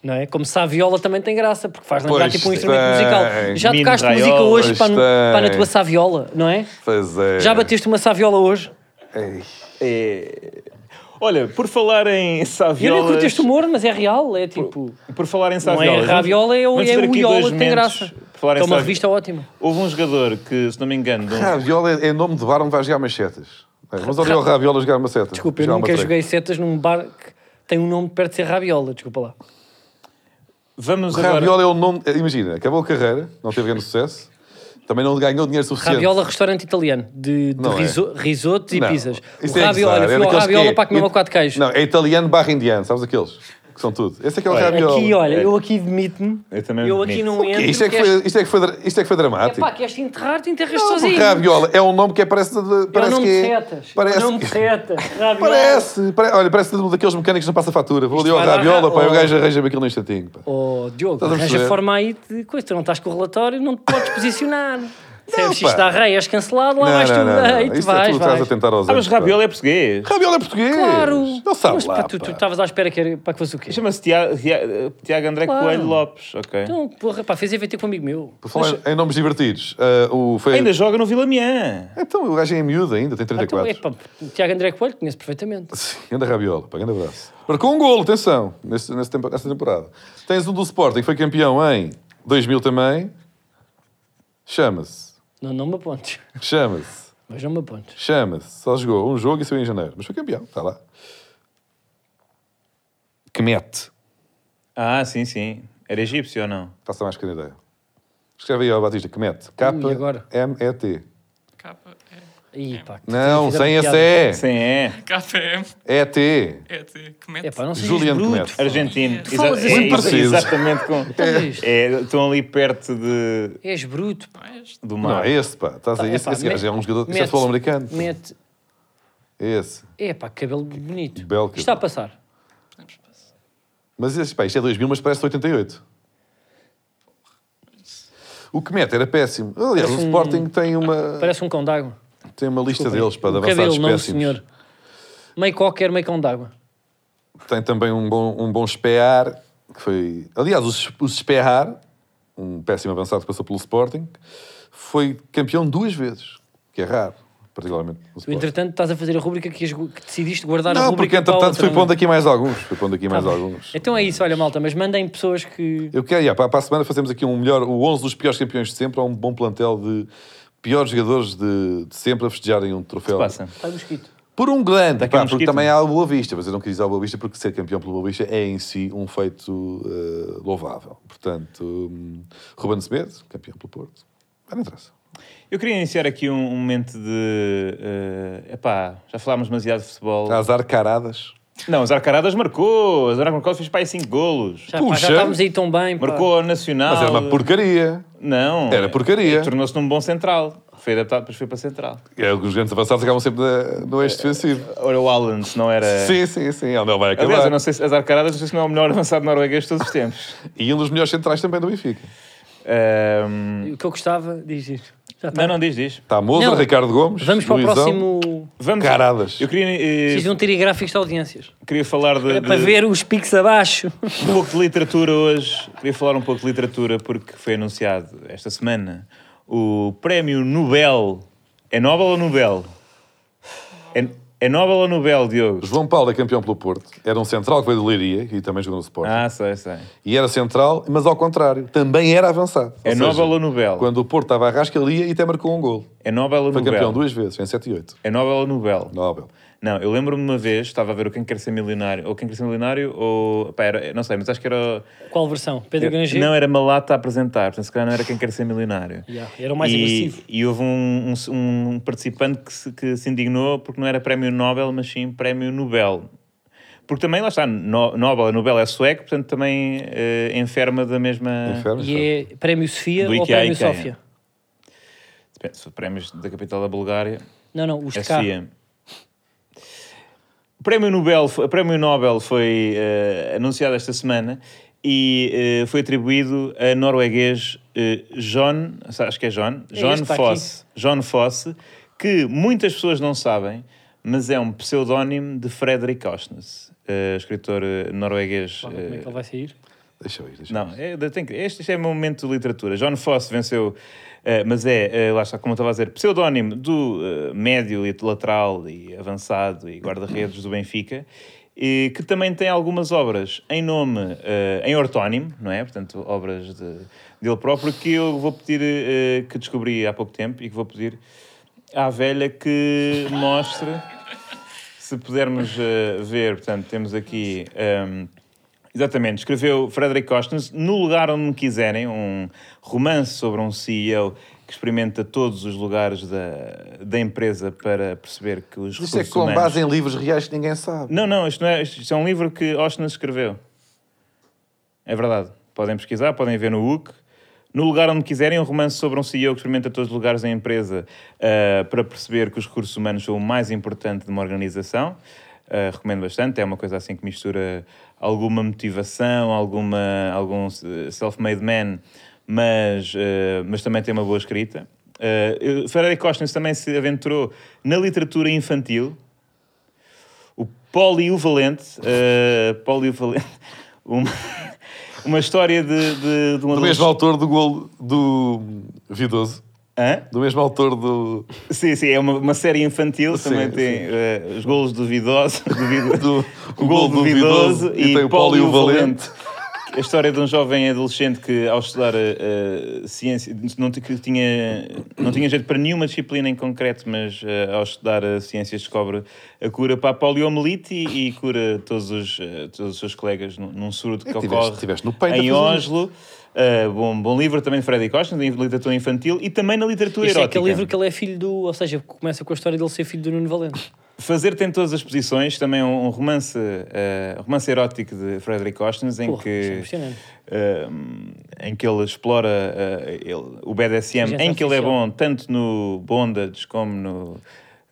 não é? Como Saviola também tem graça, porque faz lembrar Pois tipo um instrumento tem. musical. Já Mino tocaste Raiola, música hoje pois para, para na tem. tua Saviola, não é? Pois é. Já bateste uma Saviola hoje? Ei. É... Olha, por falar em Eu Saviolas... nem curto este humor, mas é real, é tipo... Por falar em Não Saviolas... é vamos- Raviola, é o vamos é fazer o aqui Iola dois que tem momentos. graça. Por falar em É uma Savi- revista ótima. Houve um jogador que, se não me engano... de um- Rabiola é é nome de bar onde vais jogar machetas. É, Vamos ali ao Rabiola jogar uma seta. Desculpa, eu Jogar uma nunca treca. joguei setas num bar que tem um nome de perto de ser Rabiola, desculpa lá. Vamos agora... Rabiola é o nome. é, Imagina, acabou a carreira, não teve grande sucesso, também não ganhou dinheiro suficiente. Rabiola, restaurante italiano, de, de Não é. riso- risotos e Não, Tipo pizzas. isso O é Rabiola, exato, é fui ao daqueles que Rabiola é- para comer uma quatro queijos. Não, é italiano barra indiano, sabes aqueles? Que são tudo. Esse é que é o Olha, Rabiola. Aqui, olha, É. eu aqui demito-me. Eu também Eu demito. aqui não entro. Isto é, que queres- foi, isto, é que foi, dra- isto é que foi dramático. Epá, queres te enterrar, te enterras Não, porque sozinho. Rabiola é um nome que é, parece. de- É o parece nome que de é- setas. É Parece. o nome de setas. Rabiola. Parece, pare- olha, parece um daqueles mecânicos que não passa fatura. Vou ali Isto ao vai dar Rabiola, ra- pá, e o oh. gajo arranja-me aquilo num instantinho. Pá. Oh, Diogo, Estás a arranja perceber? forma aí de coisa. Tu não estás com o relatório, não te podes posicionar. Percebes? Se pá. isto dá rei, és cancelado, lá vais tu. Aí tu Isto é vais, tu que estás a vais. tentar aos Ah, mas anos, pá. Rabiola é português. Rabiola é português. Claro. Não sabes Mas lá, pá, tu pá. tu tá- estavas à espera que era, para que fosse o quê? Chama-se Tiago, Tiago, Tiago André Claro. Coelho Lopes, ok. Então, porra, pá, fez EVT com um amigo meu. Por falar em nomes divertidos, ah, o foi... Ainda joga no Vila Miã. Então, o gajo é miúdo ainda, tem Ah, Então, 34. é, pá, Tiago André Coelho, conheço perfeitamente. Sim, anda Rabiola, pá, grande abraço. Marcou um golo, atenção, nesse, nesse tempo- nessa temporada. Tens um do Sporting, que foi campeão em 2000 também. Chama-se, Não, não me apontes. chama-se, Mas não me apontes. chama-se. Só jogou um jogo e saiu em janeiro, mas foi campeão, está lá. Que mete. Ah, sim, sim. Era egípcio ou não? Faça mais pequena ideia. Escreve aí ao Batista, que mete. Ui, agora. K-M-E-T. Capa é. Ih, pá, que Não, fizeram sem esse piada. é. Sim, é. KPM. E.T. É de. Que mete. É pá, não sei. Julian Comete. Argentino. Tu Exa- falas é- assim. Muito preciso. Exatamente com... É, estão ali perto de, Então, És bruto. pá. Não é este? do Não, mar. é esse, pá. Estás aí, Pá, esse, epá, esse gajo é um jogador. Isso é mete- futebol americano. Mete. Esse. É pá, cabelo bonito. belo Isto está a cabelo. passar. Podemos passar. Mas esse, pá, isto é 2000, mas parece 88. O que mete era péssimo. Aliás, o Parece um- Sporting tem uma, Parece um cão d'água. tem uma lista é deles para de O avançados cabelo, não, péssimos. senhor. Meio qualquer, meio cão d'água. Tem também um bom, um bom espear, que foi... Aliás, o, o Spear, um péssimo avançado que passou pelo Sporting, foi campeão duas vezes, que é raro, particularmente no Tu, Sporting. entretanto, estás a fazer a rúbrica que, ias gu- que decidiste guardar a Não, rúbrica porque para a entretanto outra, fui não é? pondo aqui mais alguns. Fui pondo aqui mais alguns. Então é isso, olha, malta, mas mandem pessoas que. Eu quero, já, para, para a semana fazemos aqui um melhor, o 11 dos piores campeões de sempre, há um bom plantel de piores jogadores de, de sempre a festejarem um troféu. Passa. Está mosquito. Por um grande, Daqui a pá, um porque mosquito. também há o Boa Vista, mas eu não quis dizer o Boa Vista porque ser campeão pelo Boa Vista é em si um feito eh, louvável. Portanto, hum, Ruben Semedo, campeão pelo Porto, Ah, não interessa. Eu queria iniciar aqui um, um momento de... eh, epá, já falámos demasiado de futebol. Azar Caradas. Não, as Arcaradas marcou. As Arcaradas marcou, fez para aí 5 golos. Já, pá, Puxa. já estávamos aí tão bem. pá. Marcou ao Nacional. Mas era uma porcaria. Não. Era porcaria. E Tornou-se num bom central. Foi adaptado, depois foi para central. É, os grandes avançados acabam sempre na- no É, eixo defensivo. Ora, o Allen, se não era... Sim, sim, sim. Ele não vai acabar. é. Aliás, eu não sei se as Arcaradas, não sei se não é o melhor avançado norueguês de todos os tempos. E um dos melhores centrais também do Benfica. Ahm, O que eu gostava, diz isto. Já está. Ehm, Não, não, diz, diz. Está Moser, Não. Ricardo Gomes. Vamos para o Luizão. próximo. Vamos. Caradas. Eu queria, eh, Preciso de um telegráfico de audiências. queria falar de, É para de- ver os picos abaixo. um pouco de literatura hoje. Queria falar um pouco de literatura porque foi anunciado esta semana o Prémio Nobel. É Nobel ou Nobel? É, é Nobel ou Nobel, Diogo? João Paulo é campeão pelo Porto. Era um central que veio do Leiria e também jogou no Sporting. Ah, sei, sei. E era central, mas ao contrário. Também era avançado. Ou É seja, Nobel ou Nobel? Quando o Porto estava à rasca, lia e até marcou um gol. É Nobel ou Foi campeão Nobel? duas vezes, em 7 e 8. É Nobel ou Nobel? Nobel. Não, eu lembro-me uma vez, estava a ver o Quem Quer Ser Milionário, ou Quem Quer Ser Milionário, ou... Pá, era, não sei, mas acho que era... Qual versão? Pedro Granger? É, Não, era Malata a apresentar, portanto, se calhar não era quem quer ser milionário. Yeah, era o mais e, agressivo. E houve um, um- um participante que se, que se indignou porque não era prémio Nobel, mas sim prémio Nobel. Porque também, lá está, no, Nobel, a Nobel é sueco, portanto também eh, enferma da mesma... Inferno, E é Prémio Sofia Do ou IKEA, Prémio IKEA. Sofia? Depende, se for prémios da capital da Bulgária, Não, não, os é de cá. Sofia. O prémio Nobel, o prémio Nobel foi eh, anunciado esta semana e eh, foi atribuído a norueguês eh, John, acho que é John, este John que está aqui. Fosse, John Fosse, que muitas pessoas não sabem, mas é um pseudónimo de Frederick Osnes, eh, escritor eh, norueguês Vá, Como é eh, que ele vai sair? Deixa eu ir, deixa eu ir. não, é, tem que- este, este é o meu momento de literatura. John Fosse venceu, eh, mas é, eh, lá está, como eu estava a dizer, pseudónimo do eh, médio e lateral e avançado e guarda-redes do Benfica, e que também tem algumas obras em nome, eh, em ortónimo, não é? Portanto, obras de, dele próprio, que eu vou pedir, eh, que descobri há pouco tempo e que vou pedir à velha que mostre. Se pudermos eh, ver, portanto, temos aqui. ehm, Exatamente, escreveu Frederick Costner no lugar onde me quiserem, um romance sobre um CEO que experimenta todos os lugares da, da empresa para perceber que os Isso é recursos com humanos... base em livros reais que ninguém sabe. Não, não, isto, não é, isto é um livro que Oshner escreveu. É verdade. Podem pesquisar, podem ver no UC. No lugar onde quiserem, um romance sobre um CEO que experimenta todos os lugares da empresa ah, para perceber que os recursos humanos são o mais importante de uma organização. Ah, recomendo bastante. É uma coisa assim que mistura alguma motivação, alguma, algum eh, self-made man, mas, ah, mas também tem uma boa escrita. Uh, Frederick Costner também se aventurou na literatura infantil, o polivalente, eh, polivalente, uma, uma história de, de, de um Do mesmo autor do gol do Vidoso. Hã? Do mesmo autor do, Sim, sim, é uma, uma série infantil, Sim, também tem eh, os golos duvidosos, duvido- do o gol duvidoso e, tem o polivalente. polivalente. A história de um jovem adolescente que, ao estudar eh, eh, ciência, não, t- que tinha, não tinha jeito para nenhuma disciplina em concreto, mas eh, ao estudar eh, ciências descobre a cura para a poliomielite e, e cura todos os, eh, todos os seus colegas num, num surdo que É que tiveste- ocorre tiveste no peito a em fazer isto. Oslo. Eh, bom, bom livro também de Freddy Costa, de literatura infantil e também na literatura Este é erótica. aquele livro que ele é filho do. Ou seja, começa com a história dele ser filho do Nuno Valente. Fazer tem todas as posições, também um um romance, eh, romance erótico de Frederick Ostens, em Porra, isso é que impressionante. eh, em que ele explora eh, ele- o BDSM, Inteligência em que ele é artificial. bom tanto no bondage como no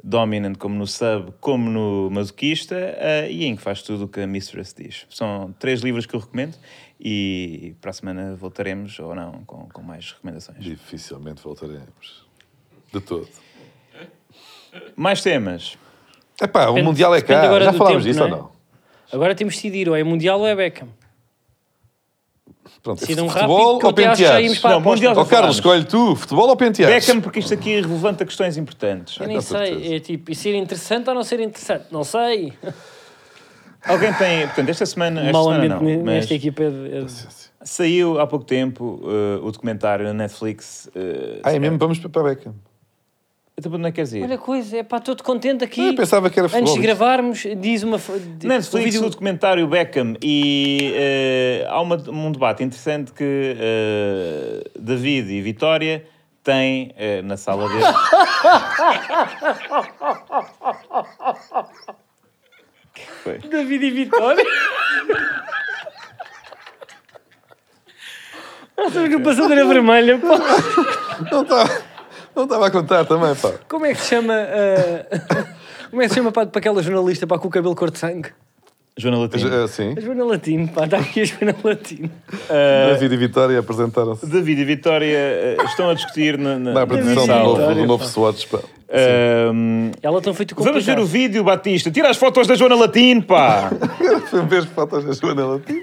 dominant, como no sub, como no masoquista, eh, e em que faz tudo o que a Mistress diz. São três livros que eu recomendo e para a semana voltaremos ou não com, com mais recomendações. Dificilmente voltaremos. De todo. Mais temas. Epá, o Depende- Mundial é depende cá. agora Já do falámos tempo, disso não é? ou não? Agora temos de decidir, ou é Mundial ou é Beckham. Pronto, Decidam futebol Assim, um rápido, que ou eu até acho que já penteados? íamos para a Não, aposta. Mundial- Ó Carlos, Falámos. escolhe tu. Futebol ou penteados? Beckham, porque isto aqui relevanta questões importantes. Eu nem com sei, certeza. é tipo, e ser interessante ou não ser interessante? Não sei. Alguém tem, portanto, esta semana, esta Mal semana ambiente não, mas nesta equipa é de- é de- saiu há pouco tempo eh, o documentário na Netflix. eh, Ah, é mesmo? Vamos para Beckham. Então, onde é que queres ir? Olha a coisa, é pá, estou contente aqui. Eu pensava que era é futebol. Antes de isto. gravarmos, diz uma. fo- de- o Netflix, vídeo- o documentário Beckham e eh, há uma- um debate interessante que eh, David e Vitória têm eh, na sala dele. Que foi? David e Vitória. Sabes que o é passadeira vermelha, pá. Não estava não estava a contar também, pá. Como é que se chama. ah, Como é que se chama pá, para aquela jornalista pá, com o cabelo cor de sangue? Joana Mas, Latino. é, Sim. A Joana Latino, pá, está aqui a Joana Latino. David e Vitória apresentaram-se David e Vitória eh, estão a discutir na, na, na na apresentação do David e sala. um novo, Vitória, do novo pá. Swatch, pá. Ahm, Ela tão feito com Vamos ver o vídeo, Batista. Tira as fotos da Joana Latino, pá! Foi um beijo fotos da Joana Latino.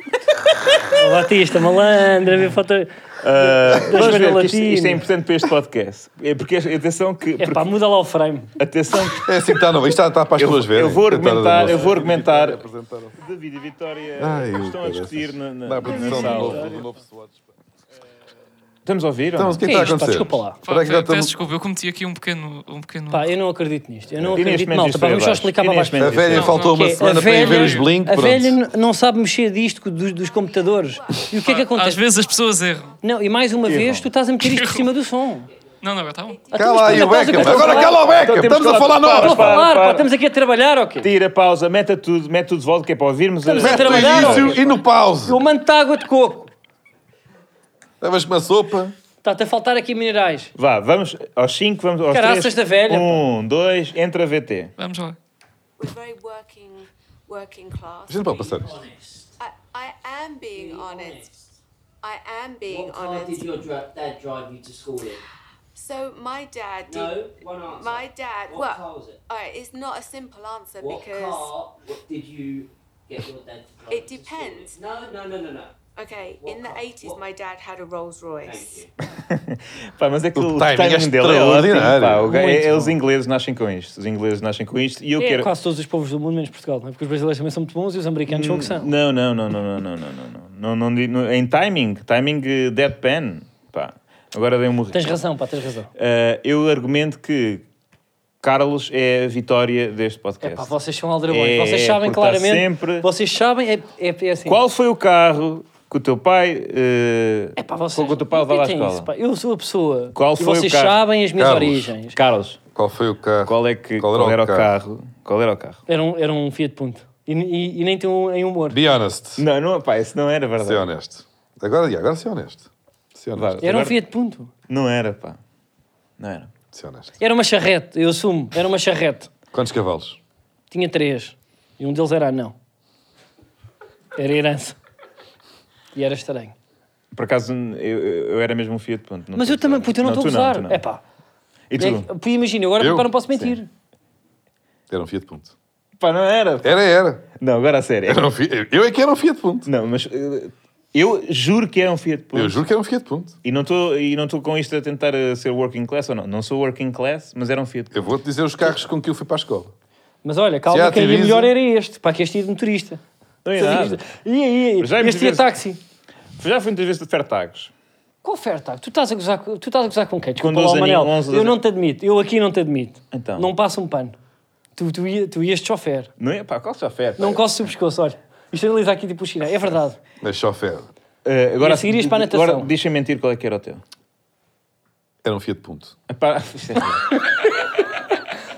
Batista, malandra, vê foto. É, Ah, vamos Joana ver, que isto, Latino. isto é importante para este podcast. É porque atenção que. É pá, porque- muda lá o frame. atenção É assim que está, não. Isto está, está para as tá, Eu- pessoas verem. eu vou Coitada da argumentar, moça. eu vou argumentar. Apresentaram-se. que David e Vitória Ai, eu estão a caraças. discutir na, na- Na na apresentação do sala. um novo, do novo Swatch, pá. Estamos a ouvir? ou Então, não? o que é Que que está a é isto, pá, acontecer? desculpa lá. Pá, Será que já pe- estamos- Peço desculpa, eu cometi aqui um pequeno. Um pequeno... Pá, eu não acredito nisto. Eu não Inês acredito, Mendes malta. Pá, foi vamos só abaixo. explicar para Inês baixo. A velha Não, faltou não, uma que é- semana a para ir velha- ver os Blink, A pronto. velha n- não sabe mexer disto dos, dos computadores. E o que é que Pá, Ah, Às acontece? vezes as pessoas erram. Não, e mais uma vez tu estás a meter isto por cima do som. Não, não, agora está bom. Então, Cala mas aí o depois estás a Beckham. começar a Agora falar. cala o Beckham. Então temos Estamos a que falar falar Estou nós. a falar, Para, pá, para. estamos aqui a trabalhar, ok? Tira, pausa, meta tudo, mete tudo de volta, que é para ouvirmos. Estamos a Mete no trabalhar, início e no pause. Eu mando-te água de coco. Levas-me uma sopa. Está-te a faltar aqui minerais. Vá, vamos aos 5, vamos aos Caraças 3. da velha, pá. 1, 2, entra VT. Vamos lá. We're very working, working class. A gente pode passar isto. I, I am being honest. I am being What car honest. did your dra- dad drive you to school in? So my dad did. No, one answer. My dad. What well, car was it? all right, it's not a simple answer What because. car what did you get your dad to drive? It to school in? depends. No, no, no, no, no. Okay, What in the car? 80s, What- my dad had a Rolls Thank Royce. you. Pá, mas é que O o timing é timing dele é ótimo. extraordinário. Pá, o gajo- Muito é, é os bom. ingleses nascem com isto. Os ingleses nascem com isto. E eu É, quero. quase todos os povos do mundo, menos Portugal, não é? Porque os brasileiros também são muito bons e os americanos são o que são. Não, não, não, não, não, não, não, não, não. não, não, di- não- em timing, timing eh, deadpan. Pá, agora dei um morrer. Tens razão, pá, tens razão. Eh, eu argumento que Carlos é a vitória deste É podcast. pá, vocês são aldrabões. É, vocês sabem porque tá claramente. sempre- Vocês sabem, é, é, é assim. Qual foi o carro que o teu pai. eh, É pá, vocês. com que o teu pai levava à Evitem escola? isso, pá. Eu sou a pessoa. Qual e foi o vocês carro? sabem as minhas Carlos. origens. Carlos, Qual foi o carro? qual é que. Qual era, o carro? Qual era o carro? Era um, era um Fiat Punto. E, e- e nem tem um, em humor. Be honest. Não, não, pá, isso não era Ser verdade. honesto. Agora, e agora ser honesto. Ser Vá. honesto. Era um agora- Fiat Punto. Não era, pá. Não era. Ser honesto. Era uma charrete, eu assumo. Era uma charrete. Quantos cavalos? Tinha três. E um deles era anão. Era herança. E era estranho. Por acaso, eu, eu- eu era mesmo um Fiat Punto. não Mas sei eu também, se era. puto, eu não estou a tu gozar. tu não. É pá. E tu? É, pô, imagina, eu agora Eu? eu? não posso mentir. Era um Fiat Punto. Pá, não era. Era, era. Não, agora a sério. era um Fi- Eu é que era um Fiat Punto. Não, mas eh, eu juro que era um Fiat Punto. Eu juro que era um Fiat Punto. E não estou e não estou com isto a tentar eh, ser working class ou não. Não sou working class, mas era um Fiat Punto. Eu vou-te dizer os carros com que eu fui para a escola. Mas olha, Já calma, te que aí o dizem. melhor era este. Para que este ia de motorista. Não é Sabes? nada. E aí, Já é me este ia tiveste- táxi. Já fui muitas vezes de Fertagos. Qual oferta? Tu estás a gozar, com- tu estás a gozar com quem? Desculpa Com 12 lá, Manel. aninhos, 11, 12 Eu não te admito. Eu aqui não te admito. Então. Não passa um pano. Tu, tu, ia- tu ias de chofer. Não é? Pá, qual chofer? Não coces o pescoço, olha. Isto analisa aqui tipo o China. É verdade. Mas chofer. Eh, agora, E a seguir ias para a natação. Agora, deixa-me mentir qual é que era o teu. Era um Fiat Punto. Epá, isto é-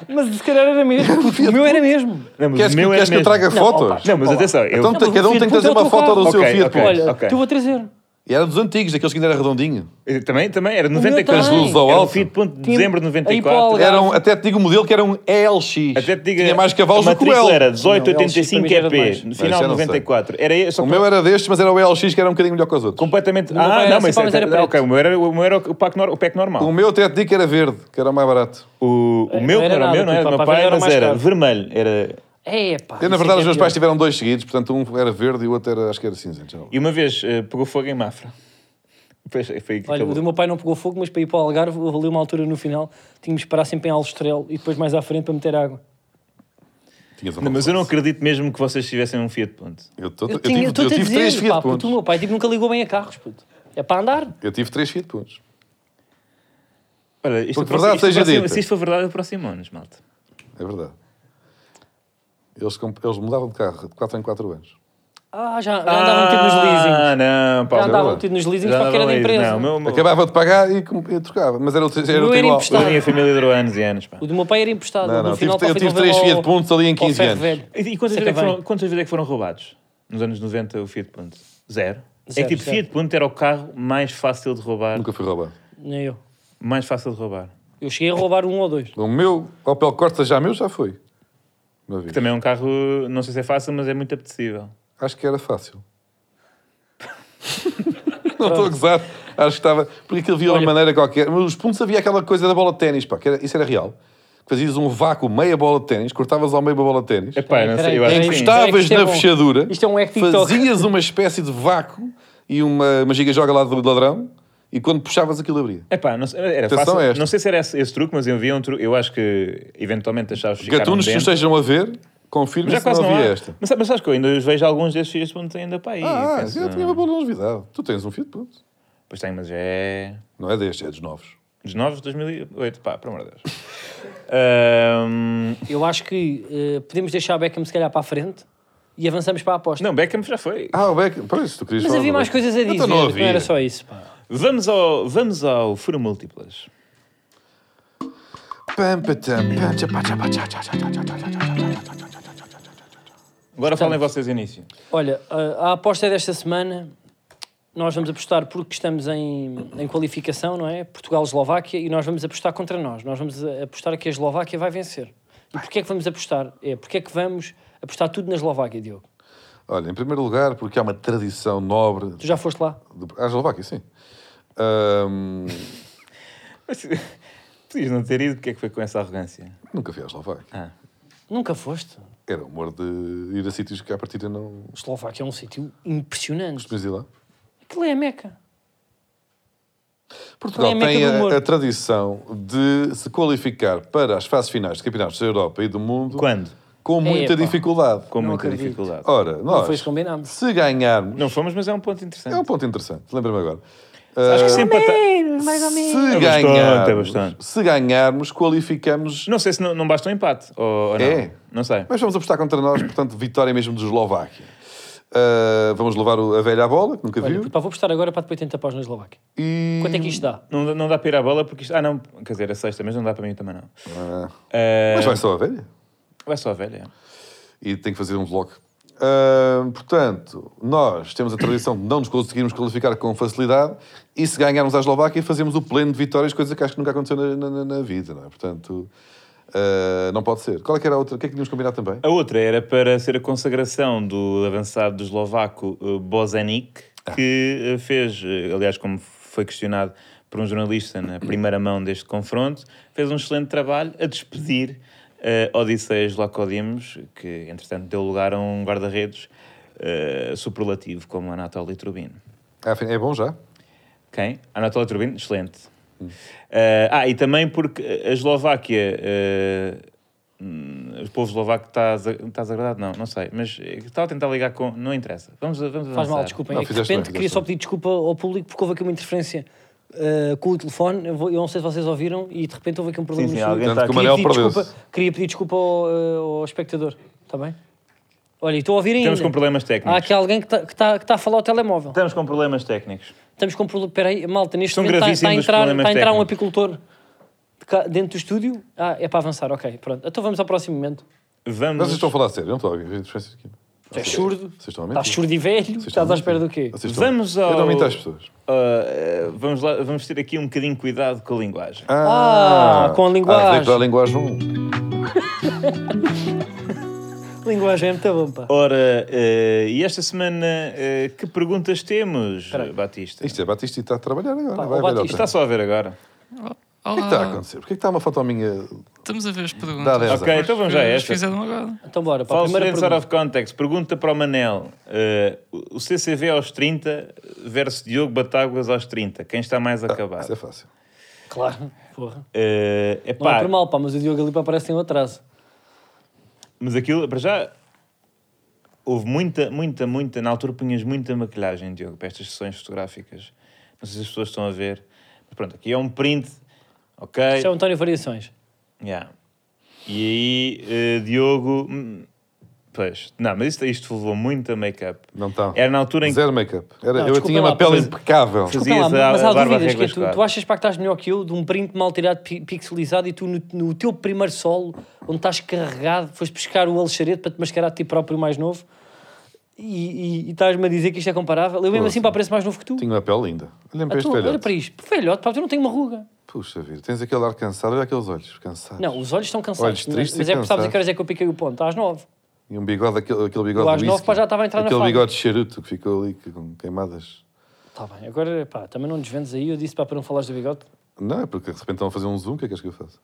Mas se calhar era mesmo. puto. o meu era mesmo. Não, mas Queres, o que, meu era queres que eu mesmo. traga fotos? opa, Não, mas atenção. Eu... Então tem- mas o cada um Fiat tem que Punto trazer é o uma teu foto carro. do seu Ok, Fiat ok. Punto. Olha, ok. tu vou trazer. E era dos antigos, daqueles que ainda era redondinho. Eh, Também, também, era meu 94. também. Luz ao Era um alto. Fiat Punto de Tinha- dezembro de aí 94. Paulo- Era um- até te digo o modelo que era um ELX. Até te diga, Tinha mais cavalos a do que o matrícula L. era Não, é 1885 LX também EP, já era no mais. Mas final já de não sei. 94. Era esse, só O que- meu é- era deste, mas era o ELX que era um bocadinho melhor que os outros. completamente. meu pai Ah, não, era assim, mas pá, isso mas é- era ah, preto. ok, o meu era o, meu era o pack, nor, o pack normal. O meu até te digo que era verde, que era o mais barato. O, o Não meu era era, o nada, meu, não era? tipo, do pá, meu pai, era mas mais era caro. vermelho. Era... É pá. Eu, na isso verdade, é que os é meus pior. pais tiveram dois seguidos, portanto, um era verde e o outro era, acho que era cinza. então. já não E uma vez eh, pegou fogo em Mafra. Pois, foi aí que Olha, o acabou. do meu pai não pegou fogo, mas para ir para o Algarve, houve ali uma altura no final, tínhamos que parar sempre em Alstrel e depois mais à frente para meter água. um Tinhas Não, mas eu não queria. acredito mesmo que vocês tivessem um Fiat Punto. Eu, tô- Eu, eu tinha, tive, eu estou eu a tive três dizer, Fiat pá, puto, o Puntos. meu pai tipo, nunca ligou bem a carros, puto. É para andar. Eu tive três Fiat Puntos. Olha, isto Porque verdade isto seja aproxima- dita. Se isto for verdade, aproximou-nos, malta. É verdade. Eles, comp- eles mudavam de carro de 4 em 4 anos. Ah, já, já andavam metido nos leasings. Ah, não, pá. Já andavam boa. metido nos leasings Já para que era da andavam aí. empresa. Não, o meu, o meu, Acabava de pagar e, com- e trocava. Mas era, o- era, meu o era igual. emprestado. a minha família durou anos e anos, pá. O do meu pai era emprestado. Não, no não, eu final tive- eu para o tive Fidel três Velho Fiat ao- Puntos ali em ao 15 Ferro anos. Velho. E, e quantas, Sei vezes é que bem. foram, quantas vezes é que foram roubados? Nos anos 90, o Fiat Punto? Zero. é Zero, que tipo, zero. Fiat Punto era o carro mais fácil de roubar. Nunca fui roubado. Nem eu. Mais fácil de roubar. Eu cheguei a roubar um ou dois. O meu Opel Corsa já meu já foi. Uma vez. Que também é um carro, não sei se é fácil, mas é muito apetecível. Acho que era fácil. não estou a gozar. Acho que estava. Porque aquilo havia uma maneira qualquer. Mas os puntos havia aquela coisa da bola de ténis, pá, que era- isso era real. Que fazias um vácuo, meia bola de ténis, cortavas ao meio a bola de ténis, É pá, não sei, eu acho que peraí, peraí. sim. Espera aí que estavas isto é na bom. fechadura, Isto é um hack TikTok. fazias uma espécie de vácuo e uma, uma giga joga lá do ladrão, e quando puxavas aquilo abria. É pá, não, sei- era Atenção fácil. a esta. Não sei se era esse, esse truque, mas eu vi um truque. Eu acho que eventualmente as chaves ficaram Gatunos que nos dentro. estejam a ver, confirmem Já se não quase não há. havia esta. Mas, sabe- mas sabes que eu ainda vejo alguns desses Fiat Punto ainda para aí. Ah, penso, eu tinha uma boa longevidade. Tu tens um Fiat Punto. Pois tem, mas é... Não é deste, é dos novos. Dos novos, 2008, pá, pelo amor de Deus. Ahm, Eu acho que eh, podemos deixar Beckham se calhar para a frente e avançamos para a aposta. não, Beckham já foi. Ah, o Beckham. Pois, tu querias Mas falar havia do mais Beckham. coisas a dizer. Então não havia. era só isso, pá. Vamos ao, vamos ao Fura Múltiplas. Pam, patam, pam, tchapá, tchapá, tchá, tchá, tchá, tchá, tchá, tchá, tchá, tchá, tchá, tchá, tchá, tchá, tchá, tchá, tchá, tchá, tchá. Agora falem vocês início. Olha, a, a aposta desta semana nós vamos apostar porque estamos em, em qualificação, não é? Portugal-Eslováquia e nós vamos apostar contra nós. Nós vamos a- apostar que a Eslováquia vai vencer. E porquê é que vamos apostar? É, porquê é que vamos apostar tudo na Eslováquia, Diogo? Olha, em primeiro lugar, porque há uma tradição nobre. Tu já foste lá? Do... Ah, Eslováquia, sim. Ahm, Podias não ter ido, porque é que foi com essa arrogância? nunca fui à Eslováquia. Ah. Nunca foste? Era o humor de ir a sítios que à partida não. Eslováquia é um sítio impressionante. Costumas ir lá? Aquilo é a Meca. Portugal Não é a tem Meca do humor. a, a tradição de se qualificar para as fases finais de campeonatos da Europa e do mundo Quando? com muita Epá. dificuldade. Com Não muita acredito. dificuldade. Ora, Não foi nós, isso que combinámos. se ganharmos. Não fomos, mas é um ponto interessante. É um ponto interessante, lembra-me agora. Ah, Acho que sempre Se É bastante, ganharmos, é bastante. se ganharmos, qualificamos. Não sei se não, não basta um empate. Ou, ou não. É. Não sei. Mas vamos apostar contra nós, portanto, vitória mesmo de Eslováquia. Ah, vamos levar o- a velha à bola, que nunca Olha, viu. puto, pá, vou apostar agora para depois tentar pós na Eslováquia. E... Quanto é que isto dá? Não, não dá para ir à bola porque isto. Ah, não. Quer dizer, a sexta, mas não dá para mim também, não. Ah, Ah, mas vai só a velha. vai só a velha. E tem que fazer um vlog. Ah, portanto, nós temos a tradição de não nos conseguirmos qualificar com facilidade e se ganharmos à Eslováquia fazemos o pleno de vitórias, coisa que acho que nunca aconteceu na, na- na- na vida, não é? Portanto, ah, não pode ser. Qual é que era a outra? O que é que tínhamos combinado também? A outra era para ser a consagração do avançado do eslovaco eh, Bozanic, Ah. que eh, fez, eh, aliás, como foi questionado por um jornalista na primeira mão deste confronto, fez um excelente trabalho a despedir eh, Odisseias Lacodimos, que entretanto deu lugar a um guarda-redes eh, superlativo como Anatoly Trubin. Ah, afinal, é bom já? Quem? Anatoly Trubin, excelente. Hum. Eh, ah, e também porque a Eslováquia. eh, hum, o povo eslovaco está desa- está desagradado? Não, não sei. Mas eh, estava a tentar ligar com. Não interessa. Vamos, a- vamos Faz avançar. mal, desculpem. Não, É que de fizeste bem, repente queria fizeste só bem. pedir desculpa ao público porque houve aqui uma interferência uh, com o telefone. Eu, vou- eu não sei se vocês ouviram e de repente houve aqui um problema Sim, sim, no alguém estúdio. está aqui. O Manel Queria pedir perdeu-se. desculpa- Queria pedir desculpa ao, uh, ao espectador, está bem? Olha, e estou a ouvir ainda. Estamos com problemas Há técnicos. aqui alguém que está tá, que tá a falar ao telemóvel. Estamos com problemas técnicos. Estamos com problema. Espera aí, malta, neste São momento está a gravíssimos os entrar, problemas tá a entrar um técnicos. apicultor de cá- dentro do estúdio. Ah, é para avançar, ok, pronto. Então vamos ao próximo momento. Vamos. Mas vocês estão a falar sério, eu não estou a ouvir as diferenças aqui. Tu és É surdo, Vocês estão a mentir. estás Tá surdo e velho, Vocês estão a estás à espera do mentir. quê? Vocês estão- Vamos ao- Eu não minto às pessoas. Ah, eh, vamos, lá, vamos ter aqui um bocadinho cuidado com a linguagem. Ah, com a linguagem. Ah, dentro da linguagem. um. Linguagem é muito bom, pá. Ora, eh, e esta semana eh, que perguntas temos, Batista? Isto é Batista e está a trabalhar agora. Pá, vai o ver Batista Ah. Está só a ver agora. Olá. O que é que está a acontecer? Porquê é que está uma foto minha Estamos a ver as dada a perguntas. essa? Ok, então vamos já a Eles esta. fizeram agora. Então bora, para a False primeira Friends Out pergunta. of Context. Pergunta para o Manel. Eh, o CCV aos 30 versus Diogo Batáguas aos 30. Quem está mais acabado? Isso é fácil. Claro, porra. Eh, Não é epá, por mal, pá, mas o Diogo Alipa aparece em atraso. mas aquilo, para já, houve muita, muita, muita... Na altura punhas muita maquilhagem, Diogo, para estas sessões fotográficas. Não sei se as pessoas estão a ver. Mas pronto, aqui é um print. Ok. Isso é o António Variações. Yeah. E aí, eh, Diogo... hum, Pois, não, mas isto, isto levou muita make-up. Não está. Era na altura em que Zero make-up. Era- Não, eu desculpa tinha uma lá, pele mas- impecável. Desculpa. Não, Fazias a- mas a há barba dúvidas, que é, tu, reglascada. tu achas pá, que estás melhor que eu de um print mal tirado, pi- pixelizado, e tu no, no teu primeiro solo, onde estás carregado, foste buscar o Alexarete para te mascarar de ti próprio mais novo, e, e- e estás-me a dizer que isto é comparável. Eu mesmo Pô, assim pá, pareço mais novo que tu. Tinha uma pele linda. Olha-me para Ah, este tu olha velhote. para isto, velhote, pá, tu não tens uma ruga. Puxa vida, tens aquele ar cansado. Olha aqueles olhos cansados. Não, os olhos estão Olhos cansados. tristes e mas mas é porque sabes a cansados. que horas é que eu piquei o ponto, às nove. E um bigode, aquele, aquele bigode Eu às de nove, whisky. pá, já estava a entrar na Aquele fase. bigode de charuto que ficou ali com queimadas. Está Tá bem, agora pá, também não desvendes aí, eu disse pá, para não falares do bigode. Não, é porque de repente estão a fazer um zoom. O que é que és que eu faço?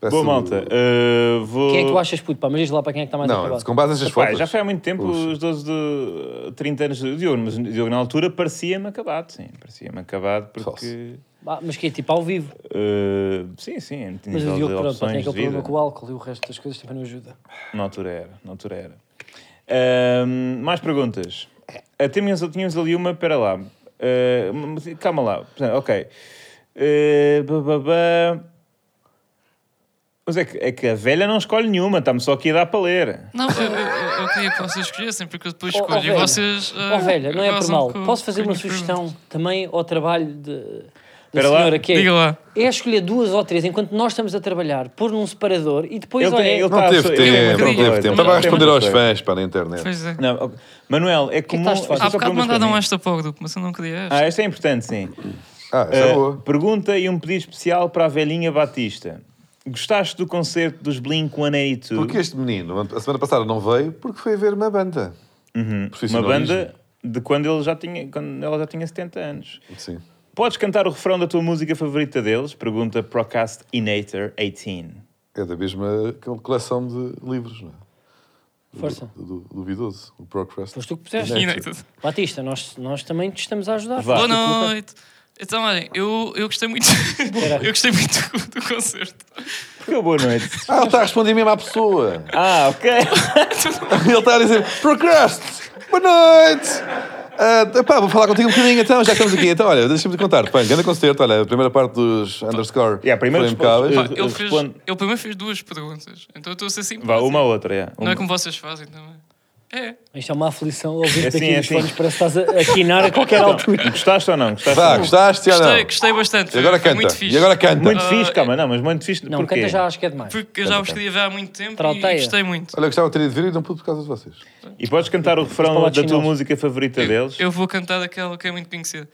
Parece Boa, o- malta. eh, vou... Quem é que tu achas puto? Pá, mas diz lá para quem é que está mais Não, acabado. com base nestas Pá, fotos. já foi há muito tempo, Puxa. os 12 de 30 anos do Diogo, mas o Diogo na altura parecia-me acabado, sim, parecia-me acabado porque... Falso. Ah, mas que é tipo ao vivo. eh, sim, sim, em Mas nível o de Diogo, pronto, pá, tem opções de aquele problema vida, com é o álcool e o resto das coisas também não ajuda. na altura era, na altura era. Ahm, mais perguntas? Ah, tínhamos, tínhamos ali uma, pera lá, Ah, mas calma lá, Portanto, ok. Ah, ba, ba, ba. Mas é que, é que a velha não escolhe nenhuma, está-me só aqui a dar para ler. Não, eu, eu, eu queria que vocês escolhessem, porque eu depois Oh, oh, escolho. e velho. vocês. eh, Ó velha, não é por mal. é Posso fazer uma sugestão? sugestão também ao trabalho de- Espera lá. senhora que é, Diga lá. é escolher duas ou três enquanto nós estamos a trabalhar, pôr num separador e depois Ele olha. tem- ele Não Pá, teve sou- eu tempo, não acredito, teve também tempo. Estava a não teve responder aos tempo. fãs para a internet. Pois é. Não, ok. Manuel, é comum... estás a fazer? é Há só bocado perguntas para mandaram mim. esta para o grupo, mas eu não queria esta. Ah, esta é importante, sim. Ah, isso é Uh, boa. pergunta e um pedido especial para a velhinha Batista. Gostaste do concerto dos Blink-182? Porque este menino, a semana passada não veio porque foi ver uma banda. Uhum. Uma Profissionalismo. banda de quando, ele já tinha, quando ela já tinha 70 anos. Sim. Podes cantar o refrão da tua música favorita deles? Pergunta Procast Inator 18. É da mesma coleção de livros, não é? Força. Do, do- duvidoso, o Procrast. Foste tu que puseste. é? Não. United. Batista, nós, nós também te estamos a ajudar. Vá. Boa noite. Então, olhem, eu, eu gostei muito. eu gostei muito do, do concerto. Porque boa noite. Ah, ele está a responder mesmo à pessoa. ah, ok. Ele está a dizer: Procrast, boa noite. Ah, pá, vou falar contigo um bocadinho então, já que estamos aqui. Então, olha, deixa-me te contar. Pá, grande concerto, olha, a primeira parte dos underscore Yeah, primeiro foi responde- impecável. Pá, Eu- eu ele, fez, respondo- ele primeiro fez duas perguntas. Então eu estou a ser simples. Vá, uma ou outra, yeah. Não é Uma. como vocês fazem também. É. Isto é uma aflição ouvir-te É assim, aqui é nos assim. Então, fones, parece que estás a a quinar a qualquer altura. Um- Gostaste ou não? Gostaste ou Vá, não? gostaste ou não? um. Gostei, gostei bastante. E Foi, agora foi canta. muito E fixe. agora canta. Muito Ah, fixe, calma, não, mas muito fixe. Não, porquê? canta já, acho que é demais. Porque eu já vos queria ver há muito tempo Trauteia. e gostei muito. Olha, eu gostava de ter ido ver e não pude por causa de vocês. E podes cantar o refrão falar da de tua chinelos. música favorita deles? Eu vou cantar aquela que é muito conhecida.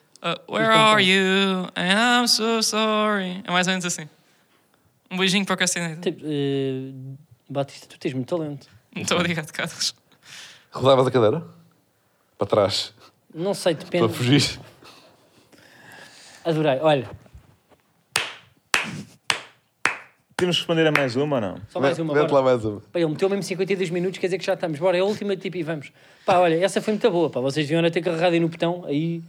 Uh, Where are you? And I'm so sorry. É mais ou menos assim. Um beijinho para o Castaneda. Tipo, eh, Batista, tu tens muito talento. Muito obrigado, Carlos. Rodavas a cadeira? Para trás, Não sei, para depende. fugir. Adorei. Olha, Temos que responder a mais uma ou não? só mais uma. Mete bora. lá mais uma. Pá, ele meteu mesmo 52 minutos, quer dizer que já estamos. Bora, é a última tipo e vamos. Pá, olha, essa foi muito boa. Pá, vocês deviam era ter carregado aí no botão, aí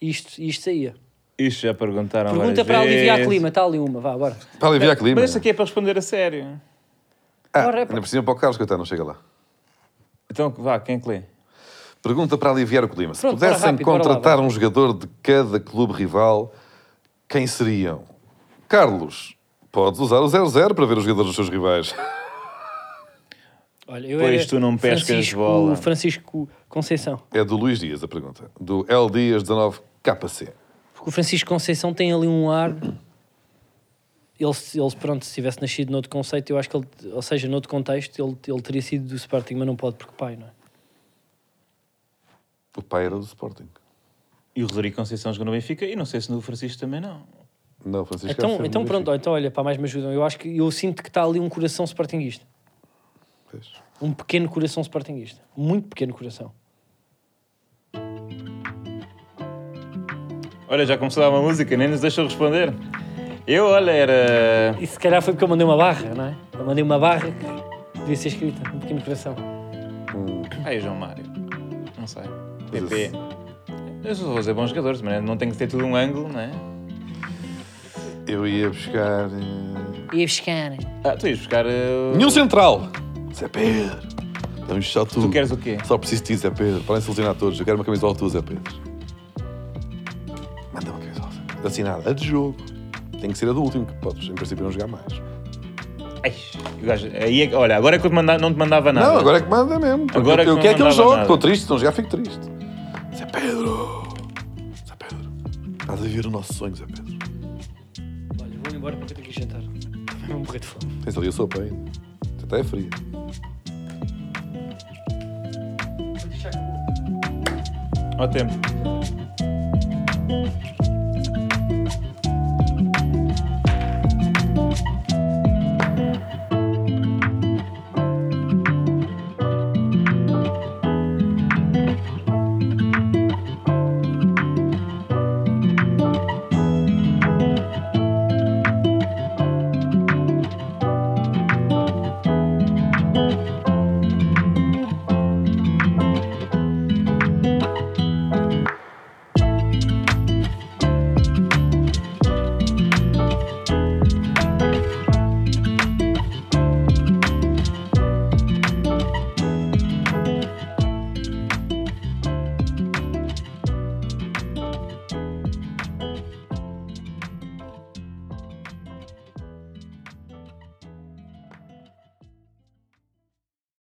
isto, isto saía. Isto já perguntaram Pergunta várias para aliviar vezes. clima, está ali uma, vá, bora. Para aliviar a clima. Mas esta aqui é para responder a sério. Ah, Ora, é ainda pá. por cima para o Carlos, coitado, não chega lá. Então, vá, quem é que lê? Pergunta para aliviar o clima. Se Pronto, bora pudessem rápido, bora lá, contratar bora. um jogador de cada clube rival, quem seriam? Carlos, podes usar o 00 para ver os jogadores dos seus rivais. Olha, eu Pois era tu não pescas Francisco, bola. Francisco Conceição. É do Luís Dias a pergunta. Do L Dias 19 KC. Porque o Francisco Conceição tem ali um ar. Ele, se- ele pronto, se tivesse nascido noutro conceito, eu acho que ele, ou seja, noutro contexto, ele, ele teria sido do Sporting, mas não pode porque pai, não é? O pai era do Sporting. E o Rodrigo Conceição jogou no Benfica e não sei se no Francisco também não. Não, Francisco era Então, do então pronto, Benfica. olha, então olha, pá, mais me ajudam. Eu acho que eu sinto que está ali um coração sportinguista. Pois. Um pequeno coração sportinguista. Muito pequeno coração. Olha, já começou a dar uma música, nem nos deixou responder. Eu, olha, era. E se calhar foi porque eu mandei uma barra, não é? Eu mandei uma barra que devia ser escrita, um pequeno coração. Ai, João Mário. Não sei. Mas PP. Eu só vou dizer bons jogadores, mas não tem que ter tudo um ângulo, não é? Eu ia buscar. eh, E a buscar. Ah, tu ias buscar. uh, Nenhum central! Zé Pedro! Damos só tu. Tu queres o quê? Só preciso de ti, Zé Pedro, para selecionar todos. Eu quero uma camisola tua, Zé Pedro. Manda uma camisola. Zé Pedro. Assinada, a de jogo. Tem que ser a do último, que podes, em princípio, não jogar mais. Ai, o gajo- aí é que- olha, agora é que eu te manda- não te mandava nada. Não, agora é que manda mesmo. Porque Agora é que eu não quero que eu mandava jogue. nada. Estou triste, se não jogar, fico triste. Zé Pedro! Zé Pedro. Estás a viver o nosso sonho, Zé Pedro. Olha, vou embora porque eu tenho que ir jantar. Também vou morrer de fome. Tens ali a sopa ainda. Até é fria. Ao tempo.